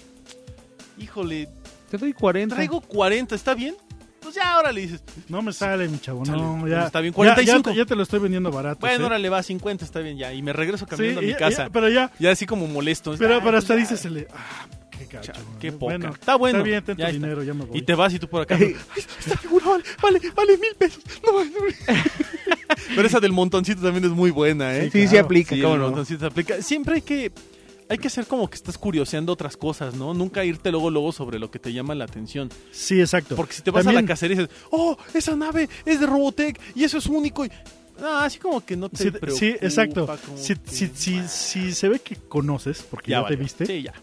Híjole, Te doy 40. traigo 40, ¿está bien? Pues ya ahora le dices, No me sale, mi chavo. No, Chale, pues ya, está bien, ya- 45. Ya, te- ya te lo estoy vendiendo barato. bueno, Pues ¿sí? ahora le va 50, está bien ya. Y me regreso Sí, caminando a ya- mi ya, casa. Ya, pero ya, así como molesto. pero, Ay, pero hasta ya, dices, el- ah, qué gacho. cha- ¿no? qué poca. Bueno, está bueno. Está bien, ten tu ya está. dinero, ya me voy. Y te vas y tú por acá. Ey. "Ay, esta figura vale, vale, vale mil pesos. No, no". pero esa del montoncito también es muy buena, ¿eh? Sí, sí claro. aplica, Sí, cómo el no. montoncito se aplica. Siempre hay que. Hay que ser como que estás curioseando otras cosas, ¿no? Nunca irte luego luego sobre lo que te llama la atención. Sí, exacto. Porque si te vas a También- la cacería y dices, oh, esa nave es de Robotech y eso es único. y-". No, así como que no te Sí, preocupa. sí, exacto. como Si, que- si- si- si se ve que conoces, porque ya, te valió. viste, Sí, ya.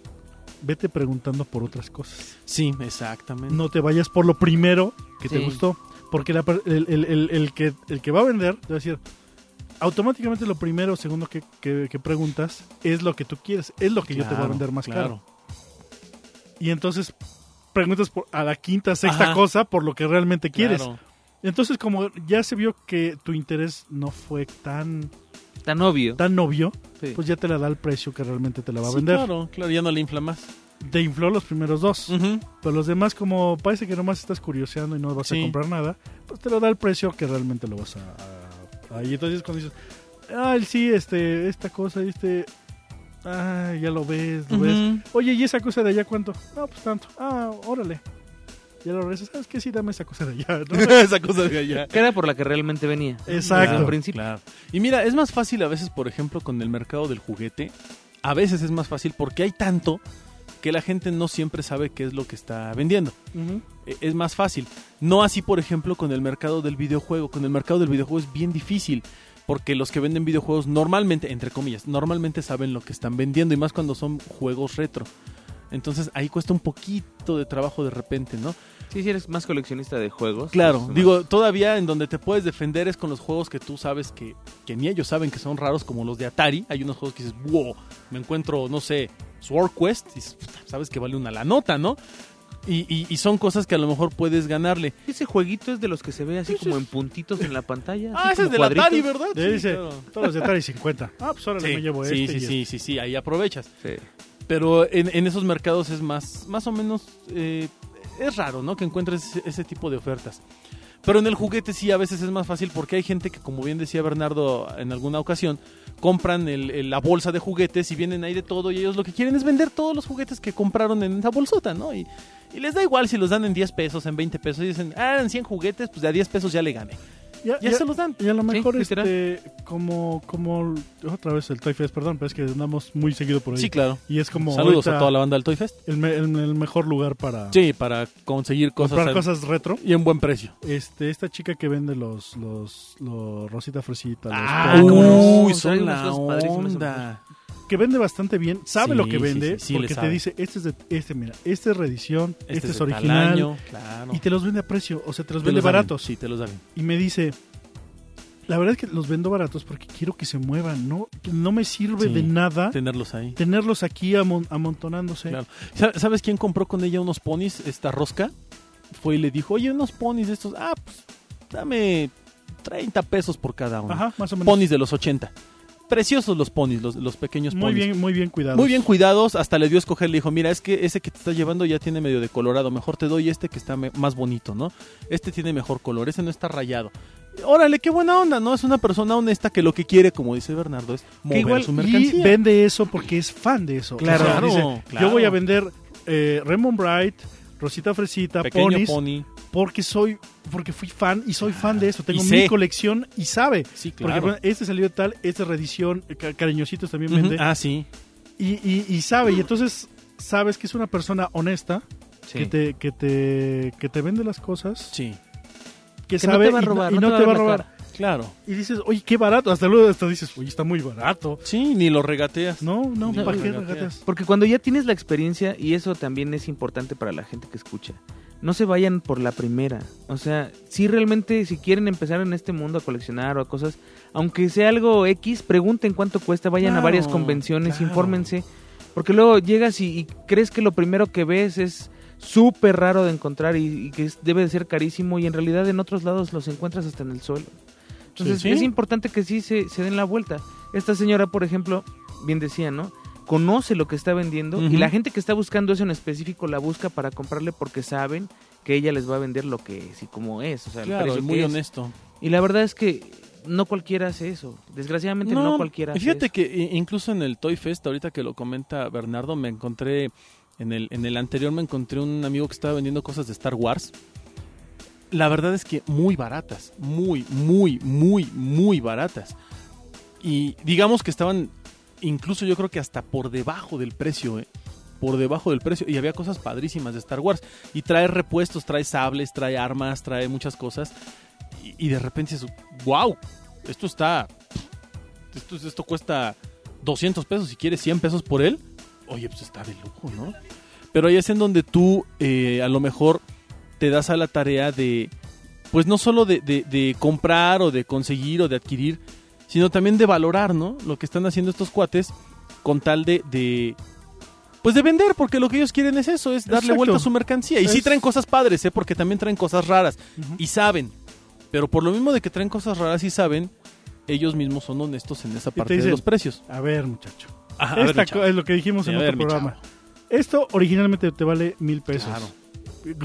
vete preguntando por otras cosas. Sí, exactamente. No te vayas por lo primero que te Sí. gustó. Porque la per- el, el- el- el que, el que va a vender, te va a decir, automáticamente lo primero o segundo que, que- que preguntas es lo que tú quieres, es lo que yo te voy a Claro, vender más claro. caro. Y entonces preguntas por, a la quinta, sexta Ajá. cosa por lo que realmente quieres. Claro. Entonces, como ya se vio que tu interés no fue tan, Tan obvio. tan obvio, Sí. pues ya te la da el precio que realmente te la va a Sí, vender. Claro, claro, ya no le infla más. Te infló los primeros dos, Ujú. pero los demás como parece que nomás estás curioseando y no vas a Sí. comprar nada, pues te lo da el precio que realmente lo vas a... a- ahí entonces cuando dices, ah, sí, este, esta cosa, este... Ah, ya lo ves, lo ves. Ujú. Oye, ¿y esa cosa de allá cuánto? No, pues tanto. Ah, órale. Ya lo regresas. ¿Sabes qué? Sí, dame esa cosa de allá. ¿no? Esa cosa de allá. Que era por la que realmente venía. Exacto. Desde el principio. Claro. Y mira, es más fácil a veces, por ejemplo, con el mercado del juguete. A veces es más fácil porque hay tanto que la gente no siempre sabe qué es lo que está vendiendo. Ujú. E- Es más fácil. No así, por ejemplo, con el mercado del videojuego. Con el mercado del videojuego es bien difícil. Porque los que venden videojuegos normalmente, entre comillas, normalmente saben lo que están vendiendo. Y más cuando son juegos retro. Entonces ahí cuesta un poquito de trabajo de repente, ¿no? Sí, si eres más coleccionista de juegos. Claro, pues, más- digo, todavía en donde te puedes defender es con los juegos que tú sabes que, que ni ellos saben que son raros, como los de Atari. Hay unos juegos que dices, wow, me encuentro, no sé, Sword Quest, y dices, "Puta, sabes que vale una la nota, ¿no? Y, y- y son cosas que a lo mejor puedes ganarle. Ese jueguito es de los que se ve así como en puntitos en la pantalla. Ah, ese es del la Atari, ¿verdad? Le dice, todos los de Atari 50. Ah, pues ahora Sí, me llevo sí, este sí, y sí, sí, sí, ahí aprovechas. Sí. Pero en, en esos mercados es más, más o menos. eh, es raro, ¿no? Que encuentres ese, ese tipo de ofertas. Pero en el juguete sí a veces es más fácil porque hay gente que, como bien decía Bernardo en alguna ocasión, compran el- el- la bolsa de juguetes y vienen ahí de todo y ellos lo que quieren es vender todos los juguetes que compraron en esa bolsota, ¿no? Y, y les da igual si los dan en 10 pesos, en 20 pesos y dicen, ah, en 100 juguetes, pues de a 10 pesos ya le gané. Ya, Ya, ya- se los dan. y a lo mejor literal. este como como otra vez el Toy Fest, perdón, pero es que andamos muy seguido por ahí. Sí, claro. Y es como Saludos ahorita a toda la banda del Toy Fest. el, me- el- el mejor lugar para Sí, para conseguir cosas, comprar al- cosas retro. y en buen precio. Este esta chica que vende los los, los Rosita Fresita, los Ah, popcorns, cómo no. uy, Trae son unas la cosas padrísimas en onda. que vende bastante bien, sabe Sí, lo que sí, vende sí, sí, le porque te sabe. dice, este es de este mira, este es reedición, este, de es tal original año, claro. y te los vende a precio, o sea, te los Te vende da bien, baratos. Sí, te los da bien. y me dice, la verdad es que los vendo baratos porque quiero que se muevan, no, Que no me sirve Sí. de nada Tenerlos ahí. tenerlos aquí amon- amontonándose. Claro. Sa- ¿Sabes quién compró con ella unos ponis, esta rosca? Fue y le dijo, oye, unos ponis de estos. Ah, pues dame 30 pesos por cada uno. Ajá, más o menos. Ponis de los 80. Preciosos los ponis, los, los pequeños muy ponis. bien, muy bien cuidados. Muy bien cuidados, hasta le dio a escoger, le dijo, mira, es que ese que te está llevando ya tiene medio de colorado, mejor te doy este que está me- más bonito, ¿no? Este tiene mejor color, ese no está rayado. Órale, qué buena onda, ¿no? Es una persona honesta que lo que quiere, como dice Bernardo, es mover igual- su Y mercancía. vende eso porque es fan de eso. Claro, O sea, claro, dice, claro. Yo voy a vender eh, Raymond Bright, Rosita Fresita, Pequeño Ponis, pony. porque soy, porque fui fan y soy fan de eso. Tengo Y mi sé. colección y sabe. Sí, Porque claro. bueno, este salió de tal, este es reedición, eh, ca- cariñositos también Ujú, vende. Ah, sí. y, y- y sabe, y entonces sabes que es una persona honesta, Sí. que, te, que, te, que te vende las cosas, Sí. que, no sabe te va a y no- robar, y, no no, te va a te va a ver la robar. cara. Claro. Y dices, oye, qué barato. Hasta luego hasta dices, oye, está muy barato. Sí, ni lo regateas. No, no, No, ¿para qué regateas. regateas? Porque cuando ya tienes la experiencia, y eso también es importante para la gente que escucha, no se vayan por la primera. O sea, si realmente, si quieren empezar en este mundo a coleccionar o a cosas, aunque sea algo X, pregunten cuánto cuesta, vayan Claro, a varias convenciones, claro. infórmense. Porque luego llegas y, y crees que lo primero que ves es súper raro de encontrar y, y que es- debe de ser carísimo y en realidad en otros lados los encuentras hasta en el suelo. Entonces Sí, sí. es importante que sí se, se den la vuelta. Esta señora, por ejemplo, bien decía, ¿no? Conoce lo que está vendiendo Ujú. y la gente que está buscando eso en específico la busca para comprarle porque saben que ella les va a vender lo que es y cómo es. O sea, el Claro, precio es que muy es. honesto. Y la verdad es que no cualquiera hace eso. Desgraciadamente no, cualquiera y hace Fíjate eso. que i- incluso en el Toy Fest, ahorita que lo comenta Bernardo, me encontré. En el, en el anterior me encontré un amigo que estaba vendiendo cosas de Star Wars. La verdad es que muy baratas. Muy, muy, muy, muy baratas. Y digamos que estaban incluso yo creo que hasta por debajo del precio, ¿eh? Por debajo del precio. Y había cosas padrísimas de Star Wars. Y trae repuestos, trae sables, trae armas, trae muchas cosas. Y, y de repente dices, wow, esto está. Esto, esto cuesta 200 pesos, si quieres 100 pesos por él. Oye, pues está de lujo, ¿no? Pero ahí es en donde tú eh, a lo mejor te das a la tarea de, pues no solo de, de- de comprar o de conseguir o de adquirir, sino también de valorar, ¿no? Lo que están haciendo estos cuates con tal de, de, pues de vender, porque lo que ellos quieren es eso, es darle Exacto. vuelta a su mercancía. Y sí Es- traen cosas padres, ¿eh? Porque también traen cosas raras Ujú. y saben. Pero por lo mismo de que traen cosas raras y saben, ellos mismos son honestos en esa te parte de dicen, los precios. A ver, muchacho. Ajá, a ver, Esta mi chavo. co- es lo que dijimos Sí, en a otro ver, mi programa. Esto originalmente te vale mil pesos. Claro.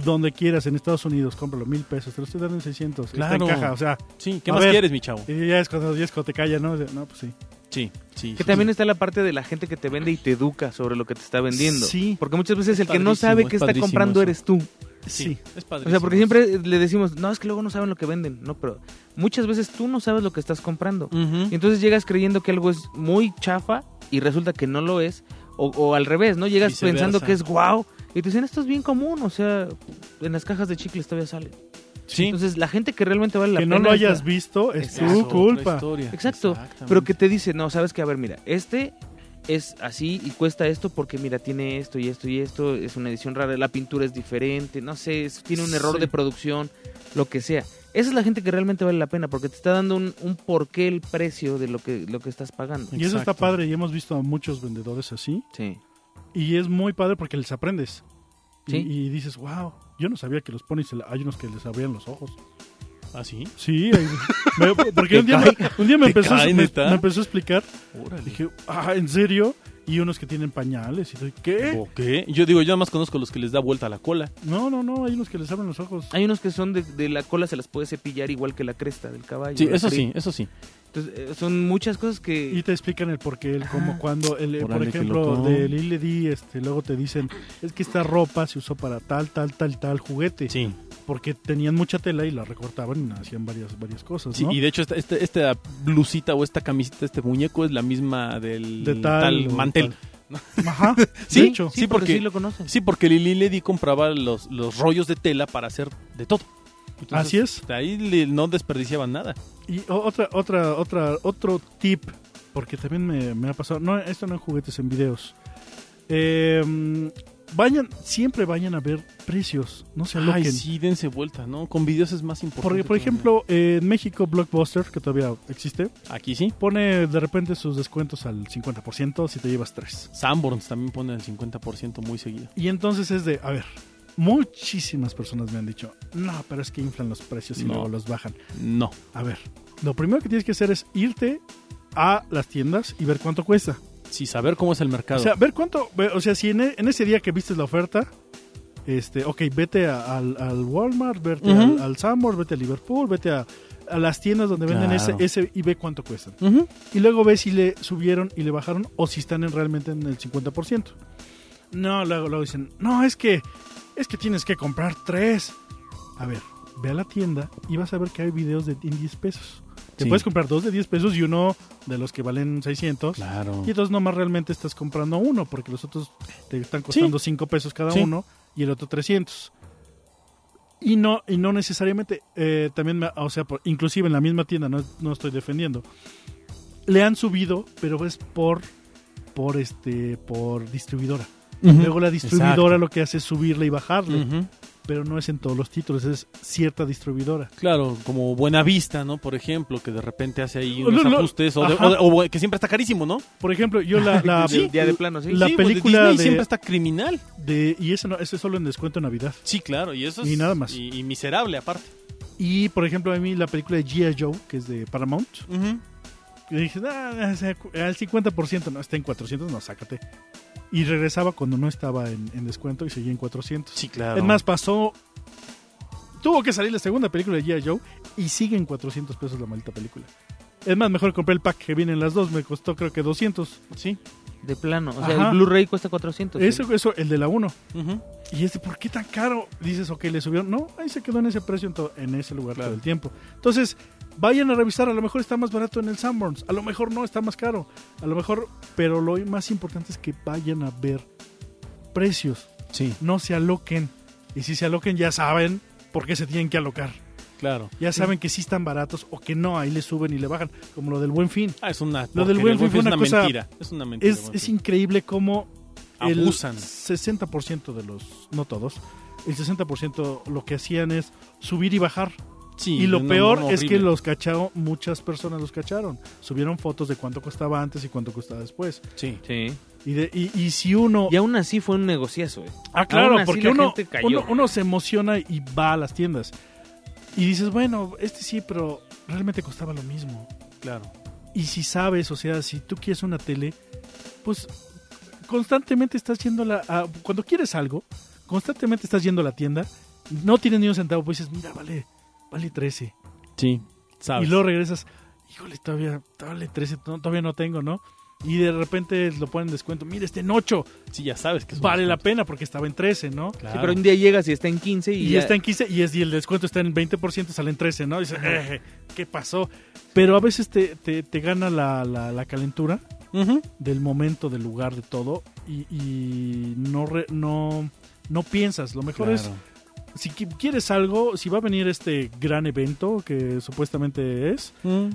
Donde quieras, en Estados Unidos, cómpralo mil pesos. Te lo estoy dando en 600. Está Claro. en caja, o sea, Sí, ¿qué A más ver. quieres, mi chavo? y ya es cuando, ya es cuando te calla, ¿no? O sea, No, pues sí. Sí, sí. Que sí. también está la parte de la gente que te vende y te educa sobre lo que te está vendiendo. Sí. Porque muchas veces el que no padrísimo, sabe es que está padrísimo comprando eso. eres tú. Sí. es O sea, porque padrísimo. siempre le decimos, no, es que luego no saben lo que venden. No, pero muchas veces tú no sabes lo que estás comprando. Ujú. Y entonces llegas creyendo que algo es muy chafa y resulta que no lo es. O, o al revés, ¿no? Llegas Viceversa. pensando que es guau. Y te dicen, esto es bien común. O sea, en las cajas de chicles todavía sale. Sí. Entonces, la gente que realmente vale la que pena. no lo es la- hayas visto es Esa es tu otra culpa. historia. Exacto. Exactamente. Pero que te dice, no, sabes que, a ver, mira, este es así y cuesta esto porque, mira, tiene esto y esto y esto, es una edición rara, la pintura es diferente, no sé, es- tiene un error Sí. de producción, lo que sea. Esa es la gente que realmente vale la pena porque te está dando un, un porqué el precio de lo que, lo que estás pagando. Y eso está Exacto. padre. Y hemos visto a muchos vendedores así. Sí. Y es muy padre porque les aprendes. Y, Sí. y dices, wow, yo no sabía que los ponis, se la- hay unos que les abrían los ojos. ¿Ah, sí? Sí, hay- me- porque un día, me, cae- un día me te empezó, cae, me, neta? me empezó a explicar. Órale. Dije, ah, ¿en serio? Y unos que tienen pañales. Y dije, ¿qué? ¿O qué? Yo digo, yo nada más conozco los que les da vuelta la cola. No, no, no, hay unos que les abren los ojos. Hay unos que son de, de la cola, se las puede cepillar igual que la cresta del caballo. Sí, la eso cri- sí, eso sí. Entonces, eh, son muchas cosas que... Y te explican el por qué, el Ah. cómo, cuando, el, eh, por Órale, qué ejemplo, loco. de Lil Di, este, luego te dicen, es que esta ropa se usó para tal, tal, tal, tal juguete. Sí. Porque tenían mucha tela y la recortaban y hacían varias, varias cosas, Sí, pues, ¿no? y de hecho esta, esta, esta blusita o esta camiseta, este muñeco es la misma del de tal, tal o mantel. tal. Ajá, Sí, de hecho. Sí, sí, porque, porque- sí lo conocen. Sí, porque Lili Ledy compraba los, los rollos de tela para hacer de todo. Entonces, Así es. Ahí le- no desperdiciaban nada. Y o- otra, otra, otra, otro tip, porque también me, me ha pasado. No, esto no en juguetes, en videos. Eh, vayan, siempre vayan a ver precios, no se aloquen. Ay, sí, dense vuelta, ¿no? Con videos es más importante. Porque, por todavía. ejemplo, eh, en México, Blockbuster, que todavía existe, Aquí sí. pone de repente sus descuentos al 50% si te llevas 3. Sanborns también pone el 50% muy seguido. Y entonces es de, a ver, muchísimas personas me han dicho, no, pero es que inflan los precios y No. luego los bajan. No. A ver, lo primero que tienes que hacer es irte a las tiendas y ver cuánto cuesta. Sí, saber cómo es el mercado. O sea, ver cuánto. ve- O sea, si en, e- en ese día que viste la oferta, este, ok, vete a- al, al Walmart, vete Ujú. al, al Sanborns, vete a Liverpool, vete a, a las tiendas donde venden ese, Claro. ese y ve cuánto cuestan. Ujú. Y luego ve si le subieron y le bajaron o si están en- realmente en el 50%. No, luego, luego dicen, no, es que, es que tienes que comprar tres. A ver, ve a la tienda y vas a ver que hay videos de en 10 pesos. Te Sí. puedes comprar dos de 10 pesos y uno de los que valen 600. Claro. Y entonces nomás realmente estás comprando uno, porque los otros te están costando 5 pesos cada Sí. uno y el otro 300. Y no, y no necesariamente, eh, también, me- o sea, por- inclusive en la misma tienda, no, no estoy defendiendo, le han subido, pero es por, por, este, por distribuidora. Ujú. Luego la distribuidora Exacto. lo que hace es subirle y bajarle, Ujú. pero no es en todos los títulos, es cierta distribuidora. Claro, como Buena Vista, ¿no? Por ejemplo, que de repente hace ahí unos No, no. ajustes o, de- Ajá. o de- o que siempre está carísimo, ¿no? Por ejemplo, yo la... la- Sí, ya de plano, sí. La pues, película Disney de- siempre está criminal. de- y ese, no, ese es solo en descuento en Navidad. Sí, claro, y eso es Y nada más. Y, y miserable aparte. Y por ejemplo, a mí la película de G.I. Joe, que es de Paramount, y dije, "Ah, o sea, cu- al 50%, no, está en 400, no, sácate. Y regresaba cuando no estaba en, en descuento y seguía en 400. Sí, claro. Es más, pasó. Tuvo que salir la segunda película de G.I. Joe y sigue en 400 pesos la maldita película. Es más, mejor compré el pack que vienen las dos, me costó creo que 200. sí. De plano. O sea, Ajá. el Blu-ray cuesta ¿eh? 400. Eso, eso, el de la 1. Ujú. Y es de, ¿por qué tan caro? Dices, ok, le subieron. No, ahí se quedó en ese precio en, to- en ese lugar Claro. todo el tiempo. Entonces, vayan a revisar. A lo mejor está más barato en el Sanborns. A lo mejor no, está más caro. A lo mejor, pero lo más importante es que vayan a ver precios. Sí. No se aloquen. Y si se aloquen, ya saben por qué se tienen que alocar. Claro. Ya saben que sí están baratos o que no, ahí le suben y le bajan, como lo del buen fin. Ah, es una. Lo del porquería, Buen el Fin fue es una cosa- mentira. Es una mentira. Es, Buen es Fin. increíble cómo el Abusan. 60% de los, no todos, el 60% lo que hacían es subir y bajar. Sí, Y lo no, peor no, es que horrible. los cacharon, muchas personas los cacharon. Subieron fotos de cuánto costaba antes y cuánto costaba después. Sí. Sí. Y, de, y, y si uno... Y aún así fue un negociazo, eh. Ah, claro, Aún así porque la uno, gente cayó. uno, uno se emociona y va a las tiendas. Y dices, bueno, este sí, pero realmente costaba lo mismo. Claro. Y si sabes, o sea, si tú quieres una tele, pues constantemente estás yendo a la... a- cuando quieres algo, constantemente estás yendo a la tienda, no tienes ni un centavo, pues dices, mira, vale, vale 13. Sí. Sabes. Y luego regresas, híjole, todavía, vale 13, no, todavía no tengo, ¿no? Y de repente lo ponen en descuento, mira, este en 8, Sí, ya sabes que es un vale la descuento. pena porque estaba en 13, ¿no? Claro. Sí, pero un día llegas y está en 15 y, Y, ya- está en 15 y, es, y el descuento está en 20%, sale en 13, ¿no? Dices, "Eh, ¿qué pasó? Pero a veces te, te- te gana la, la- la calentura Ujú. del momento, del lugar, de todo y, y no, re- no, no piensas. Lo mejor es, Claro. si qui- quieres algo, si va a venir este gran evento que supuestamente es, Mm.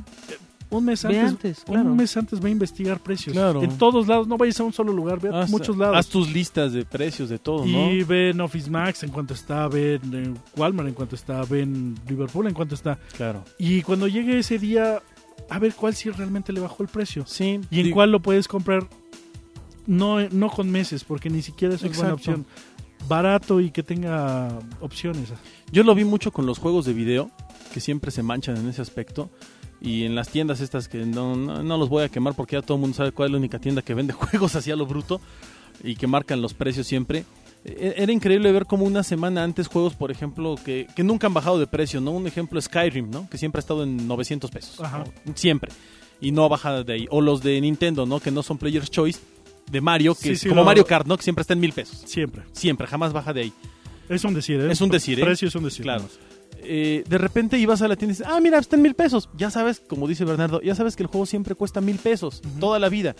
un mes Ve antes, antes, un claro. mes antes ve a investigar precios. Claro. En todos lados, no vayas a un solo lugar, ve a Haz- muchos lados. Haz tus listas de precios de todo, ¿no? Y ven Office Max en cuanto está, ven eh, Walmart en cuanto está, ven Liverpool en cuanto está. Claro. Y cuando llegue ese día, a ver cuál sí realmente le bajó el precio. Sí. Y en digo- cuál lo puedes comprar, no, no con meses, porque ni siquiera eso es buena Exacto. opción. Barato y que tenga opciones. Yo lo vi mucho con los juegos de video, que siempre se manchan en ese aspecto. Y en las tiendas estas que no, no, no los voy a quemar porque ya todo el mundo sabe cuál es la única tienda que vende juegos así a lo bruto y que marcan los precios siempre. E- Era increíble ver como una semana antes juegos, por ejemplo, que, que nunca han bajado de precio, ¿no? Un ejemplo Skyrim, ¿no? Que siempre ha estado en 900 pesos. Ajá. ¿no? Siempre. Y no ha bajado de ahí. O los de Nintendo, ¿no? Que no son Player's Choice. De Mario, que Sí, es sí, como lo- Mario Kart, ¿no? Que siempre está en mil pesos. Siempre. Siempre, jamás baja de ahí. Es un decir, ¿eh? Es un decir, ¿eh? Precio es un decir. Claro. Eh, de repente ibas a la tienda y dices, ah, mira, está en mil pesos. Ya sabes, como dice Bernardo, ya sabes que el juego siempre cuesta mil pesos, Ujú. toda la vida.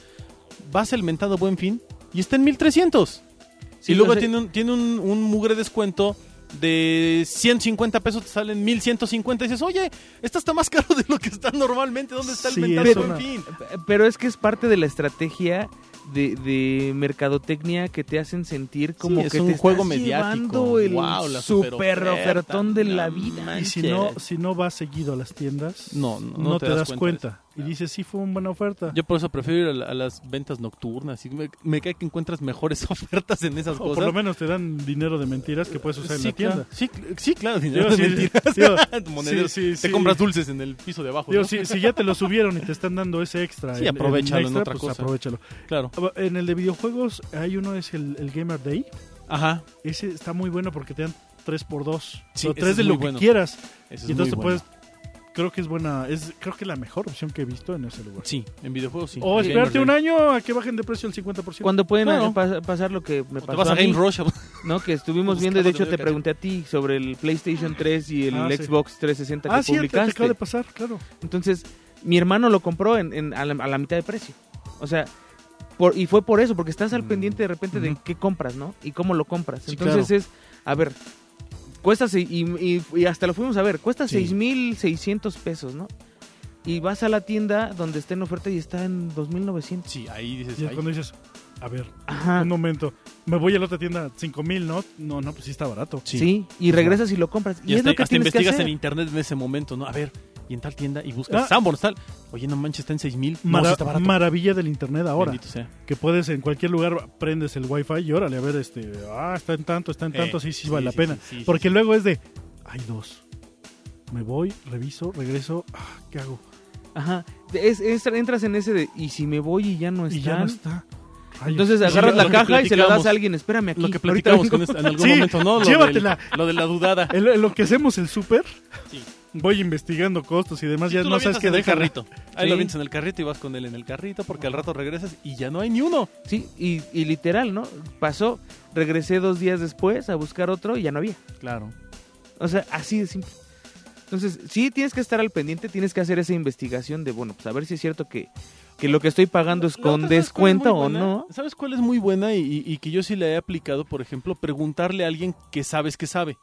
Vas al mentado buen fin y está en mil trescientos. Sí, y no luego sé. tiene, un, tiene un, un mugre descuento de 150 pesos, te salen 1150. Y dices, oye, esta está más caro de lo que está normalmente. ¿Dónde está el Sí, mentado es buen una- fin? Pero es que es parte de la estrategia de, de mercadotecnia que te hacen sentir como es que un te juego estás mediático. llevando el Guau, la super superoferta, ofertón de la no vida. Y si no, si no vas seguido a las tiendas, No, no, no te, das cuenta. Y dices, sí, fue una buena oferta. Yo por eso prefiero ir a, la- a las ventas nocturnas. Y me, me cae que encuentras mejores ofertas en esas o cosas. por lo menos te dan dinero de mentiras que puedes usar en la tienda. Claro, sí, cl- sí, claro, Digo, dinero sí, de mentiras. digo, Monederos. sí, sí, Te sí. compras dulces en el piso de abajo. Digo, Pues ¿no? si, si ya te lo subieron y te están dando ese extra, pues Sí, aprovechalo en otra cosa. aprovechalo. Claro. En el de videojuegos hay uno es el, el Gamer Day. Ajá. Ese está muy bueno porque te dan 3x2. Sí, o ese 3 es de muy lo que bueno. quieras. Eso Y entonces te puedes creo que es buena, es creo que la mejor opción que he visto en ese lugar. Sí, en videojuegos sí. O En esperarte un Gamer año a que bajen de precio el 50%. Cuando pueden Claro. eh, pas- pasar lo que me Day. O Te pasó vas a a mí, Game Rush. ¿no? Que estuvimos Buscando viendo, y de de hecho medio te pregunté a ti sobre el PlayStation 3 y el Ah, sí. Xbox 360 que ah, sí, te, te publicaste. acaba de pasar, claro. Entonces, mi hermano lo compró en, en- a, la, a la mitad de precio. O sea, por- y fue por eso, porque estás al Mm. pendiente de repente de Ujú. qué compras, ¿no? Y cómo lo compras. Sí, Entonces es, a ver, cuesta, se- y, y- y hasta lo fuimos a ver, cuesta Sí. 6.600 pesos, ¿no? Y vas a la tienda donde está en oferta y está en 2.900. Sí, ahí dices. Y es ay, cuando dices, a ver, Ajá. un momento, me voy a la otra tienda, 5000, ¿no? No, no, pues sí está barato. sí. sí. y regresas y lo compras. Y, Pues Y es hasta, lo que hasta tienes que investigas hacer. en internet en ese momento, ¿no? A ver, y en tal tienda y buscas Ah. Sanborns, tal. Oye, no manches, está en 6000. No, sí Mara- está barato. maravilla del internet ahora. Bendito sea. que puedes en cualquier lugar prendes el wifi y órale a ver este ah está en tanto está en Eh, tanto sí sí sí, vale la sí, pena sí, sí, sí, porque sí. luego es de hay dos me voy reviso regreso ah, qué hago Ajá. Es- es- entras en ese de, y si me voy y ya no están. y ya no está Rayos. Entonces Y agarras lo la que caja y se la das platicamos- a alguien. Espérame aquí. Lo que ahorita platicamos vengo. con este- esta- en algún Sí, momento, ¿no? Lo del- llévatela. lo de la dudada. en lo- en lo que hacemos el súper Sí. voy investigando costos y demás Sí, ya tú no lo sabes avientas qué en el dejar carrito. Ahí Sí. lo avientas en el carrito y vas con él en el carrito porque al rato regresas y ya no hay ni uno. Sí, y, y literal, ¿no? Pasó, regresé dos días después a buscar otro y ya no había. Claro. O sea, así de simple. Entonces, sí tienes que estar al pendiente, tienes que hacer esa investigación de, bueno, pues a ver si es cierto que, que lo que estoy pagando es La con otra, pues, ¿sabes cuál es descuento muy o buena? no. ¿Sabes cuál es muy buena y, y- y que yo sí la he aplicado? Por ejemplo, preguntarle a alguien que sabes que sabe.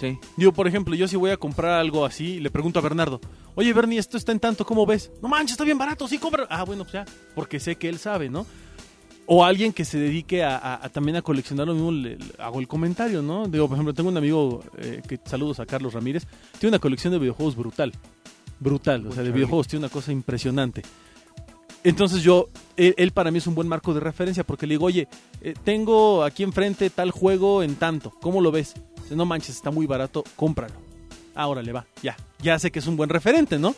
Sí. Digo, por ejemplo, yo si voy a comprar algo así, le pregunto a Bernardo, oye Bernie, esto está en tanto, ¿cómo ves? No manches, está bien barato, sí, compra. Ah, bueno, pues ya, porque sé que él sabe, ¿no? O alguien que se dedique a, a- a también a coleccionar lo mismo, le- le hago el comentario, ¿no? Digo, por ejemplo, tengo un amigo, eh, que saludos a Carlos Ramírez, tiene una colección de videojuegos brutal, brutal, o sea, de Chale. videojuegos, tiene una cosa impresionante. Entonces yo, él, él para mí es un buen marco de referencia, porque le digo, oye, eh, tengo aquí enfrente tal juego en tanto, ¿cómo lo ves? Dice, no manches, está muy barato, cómpralo. Ahora le va, ya. Ya sé que es un buen referente, ¿no?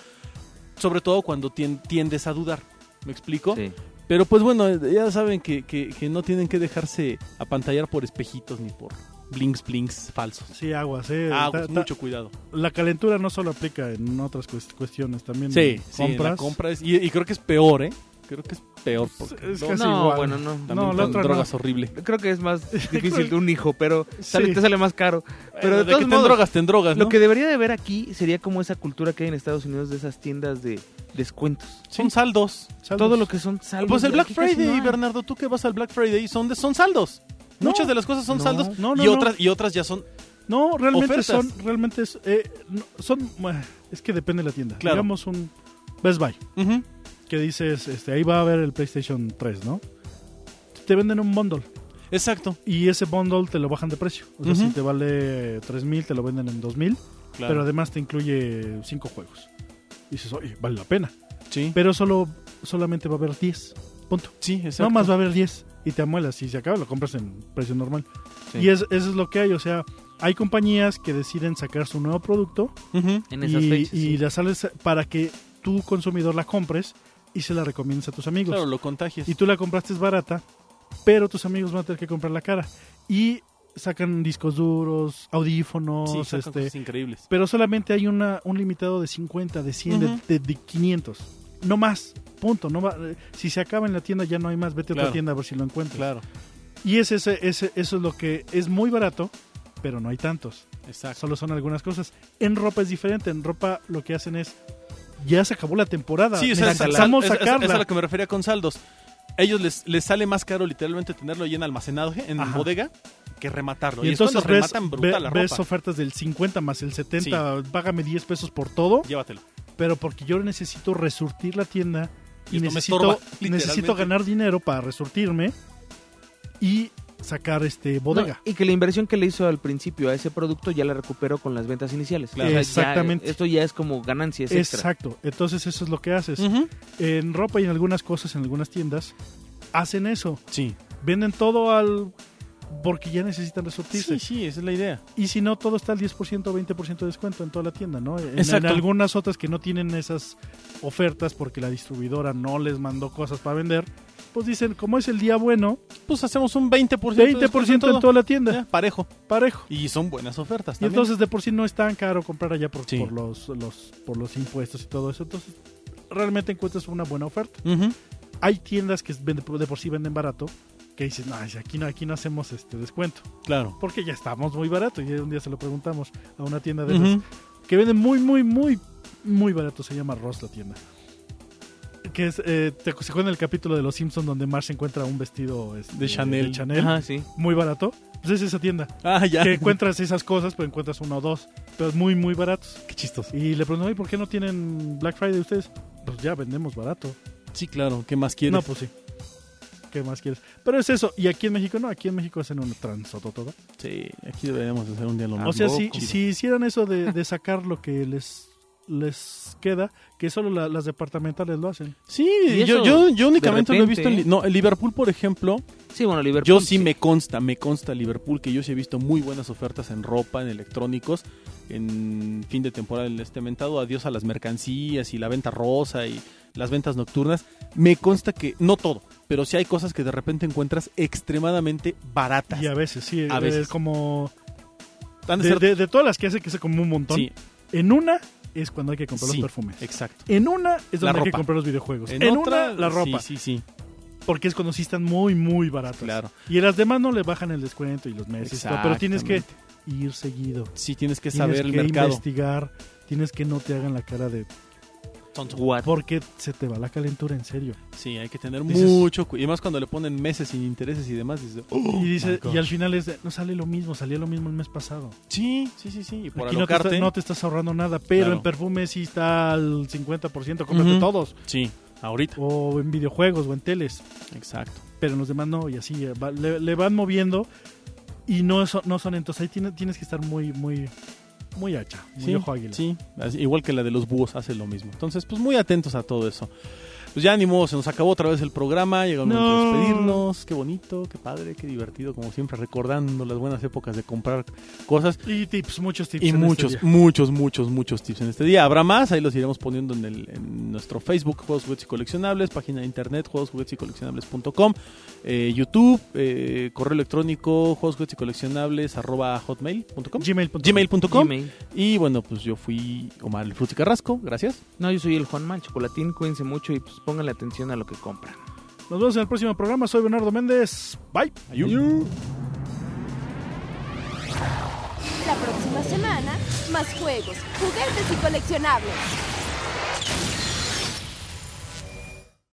Sobre todo cuando tien- tiendes a dudar. ¿Me explico? sí. Pero pues bueno, ya saben que, que- que no tienen que dejarse apantallar por espejitos ni por blinks blinks falsos. Sí, aguas, ¿eh? Ah, Ta- pues, ta- mucho cuidado. La calentura no solo aplica en otras cues- cuestiones, también Sí, en sí, en la compra es- y, y creo que es peor, ¿eh? Creo que es peor porque Es- es no, casi no, igual. bueno, no. también no, la con otra no. drogas horrible. Creo que es más difícil de un hijo, pero sale- Sí. te sale más caro. Pero Bueno, de que todos te modos, drogas, te drogas, lo que debería de ver aquí sería como esa cultura que hay en Estados Unidos de esas tiendas de descuentos. son saldos. Saldos. Todo lo que son saldos. Pues el de Black aquí casi Friday, no hay. Bernardo, tú que vas al Black Friday, son, de- son saldos. No, Muchas de las cosas son no, saldos no, no, y, no. Otras, y otras ya son... No, realmente Ofertas. son, realmente es, eh, no, son, bueno, es que depende de la tienda. Claro. Digamos un Best Buy, Ujú. que dices, este, ahí va a haber el PlayStation 3, ¿no? Te venden un bundle Exacto. y ese bundle te lo bajan de precio. O sea, Ujú. si te vale 3.000, te lo venden en 2.000, pero además te incluye 5 juegos. Dices, oye, vale la pena. sí. Pero solo, solamente va a haber 10, punto. sí, exacto. No más va a haber 10 y te amuelas y se acaba, lo compras en precio normal. Sí. Y es- eso es lo que hay, o sea, hay compañías que deciden sacar su nuevo producto Ujú. En y, esas fechas. y sí. la sales para que tu consumidor la compres y se la recomiendas a tus amigos. Claro, lo contagias. Y tú la compraste barata, pero tus amigos van a tener que comprar la cara. Y sacan discos duros, audífonos, sí, sacan este, cosas increíbles. pero solamente hay una, un limitado de 50, de 100, de- Ujú. de, de 500. No más, punto. No va, eh, si se acaba en la tienda ya no hay más, vete a Claro. otra tienda a ver si lo encuentras. Claro, Y es ese, ese- eso es lo que es muy barato, pero no hay tantos. exacto. Solo son algunas cosas. En ropa es diferente. En ropa lo que hacen es, ya se acabó la temporada. Sí, o sea, sal- necesitamos es- es- sacarla. es a lo que me refería con saldos. Ellos les, les sale más caro literalmente tenerlo ahí en almacenaje, en Ajá. bodega, que rematarlo. y entonces es cuando ves, rematan ve- brutal la ves ropa. ofertas del 50 más el 70, págame 10 pesos por todo, Llévatelo. pero porque yo necesito resurtir la tienda Y y esto me necesito, estorba, necesito literalmente. ganar dinero para resurtirme y sacar este bodega. No, y que la inversión que le hizo al principio a ese producto ya la recuperó con las ventas iniciales. Claro. ya- Exactamente. esto ya es como ganancias extra. Exacto, entonces eso es lo que haces. Ujú. En ropa y en algunas cosas, en algunas tiendas, hacen eso. Sí. Venden todo al... porque ya necesitan Sí, resurtirse. sí, sí, esa es la idea. Y si no, todo está al 10% o 20% de descuento en toda la tienda, ¿no? En, Exacto. en algunas otras que no tienen esas ofertas porque la distribuidora no les mandó cosas para vender, pues dicen, como es el día bueno, Pues hacemos un 20%. de 20% descuento en, pues, todo. toda la tienda, Ya, parejo. parejo. Y son buenas ofertas Y también. entonces de por sí no es tan caro comprar allá por, Sí. por los, los, por los impuestos y todo eso. Entonces realmente encuentras una buena oferta. Ujú. Hay tiendas que venden- de por sí venden barato que dicen, no, aquí no, aquí no hacemos este descuento. Claro. Porque ya estamos muy barato. Y un día se lo preguntamos a una tienda de esas Ujú. que venden muy, muy, muy, muy barato. Se llama Ross la tienda. Que es, eh, te acu- se acuerdan el capítulo de Los Simpsons donde Marge encuentra un vestido este, De Chanel. Ajá, sí. muy barato. Pues es esa tienda. Ah, ya. Que encuentras esas cosas, pero encuentras uno o dos. Pero muy, muy baratos. Qué chistoso. Y le pregunto, "Oye, ¿por qué no tienen Black Friday ustedes? Pues ya vendemos barato. Sí, claro. ¿Qué más quieres? No, pues sí. ¿Qué más quieres? Pero es eso. Y aquí en México, no, aquí en México hacen un transoto todo. Sí, aquí deberíamos hacer un día Ah, lo O sea, mismo. si, Ah, Chido. si hicieran eso de, de sacar lo que les, les queda, que solo la- las departamentales lo hacen. Sí, Y yo, eso, yo, yo únicamente de lo he visto en... repente, Li- No, en Liverpool, por ejemplo, Sí, bueno, Liverpool. yo sí me consta, me consta Liverpool que yo sí he visto muy buenas ofertas en ropa, en electrónicos, en fin de temporada en este mentado, adiós a las mercancías y la venta rosa y las ventas nocturnas. Me consta que, no todo, pero sí hay cosas que de repente encuentras extremadamente baratas. Y a veces, sí. A eh, veces. como. Han de De, ser- de- de todas las que hace, que hace como un montón. Sí, En una es cuando hay que comprar Sí, los perfumes. exacto. En una es La donde hay que ropa. comprar los videojuegos. Pues En, una, la ropa. Sí, sí, sí. Porque es cuando sí están muy, muy baratas. Claro. Y en las demás no le bajan el descuento y los meses. y todo, Pero tienes que ir seguido. Sí, tienes que Tienes saber el que mercado. investigar. Tienes que no te hagan la cara de. Tonto. What? Porque se te va la calentura, en serio. Sí, hay que tener Dices- mucho cuidado. Y más cuando le ponen meses sin intereses y demás, dices, "Oh, Y dice, my y al gosh". final es de, no sale lo mismo, salía lo mismo el mes pasado. Sí, sí, sí, sí. Y por Aquí no te, está- alocarte- no te estás ahorrando nada, pero Claro. en perfume sí está al 50%, cómprate Ujú. todos. Sí, ahorita. O en videojuegos o en teles, Exacto. pero en los demás no, y así eh, va- le, le van moviendo y no, son- no son. Entonces ahí tiene- tienes que estar muy, muy, muy hacha, muy Sí, ojo águila. sí. Así- igual que la de los búhos hace lo mismo. Entonces, pues muy atentos a todo eso. Pues ya ni modo, se nos acabó otra vez el programa, llegó el momento de No. despedirnos, qué bonito, qué padre, qué divertido, como siempre, recordando las buenas épocas de comprar cosas. Y tips, muchos tips. Y en este muchos, día. muchos, muchos, muchos tips en este día. Habrá más, ahí los iremos poniendo en, el, en nuestro Facebook, Juegos, Juguetes y Coleccionables, página de internet, juegos, juguetes y coleccionables.com, eh, YouTube, eh, correo electrónico, juegos, juguetes y coleccionables, arroba hotmail.com, Gmail.com. gmail.com. Gmail. Y bueno, pues yo fui Omar el Fruti Carrasco, gracias. No, yo soy el Juanma, el chocolatín. Cuídense mucho y pues pónganle atención a lo que compran. Nos vemos en el próximo programa. Soy Bernardo Méndez. Bye. Ayú. La próxima semana, más juegos, juguetes y coleccionables.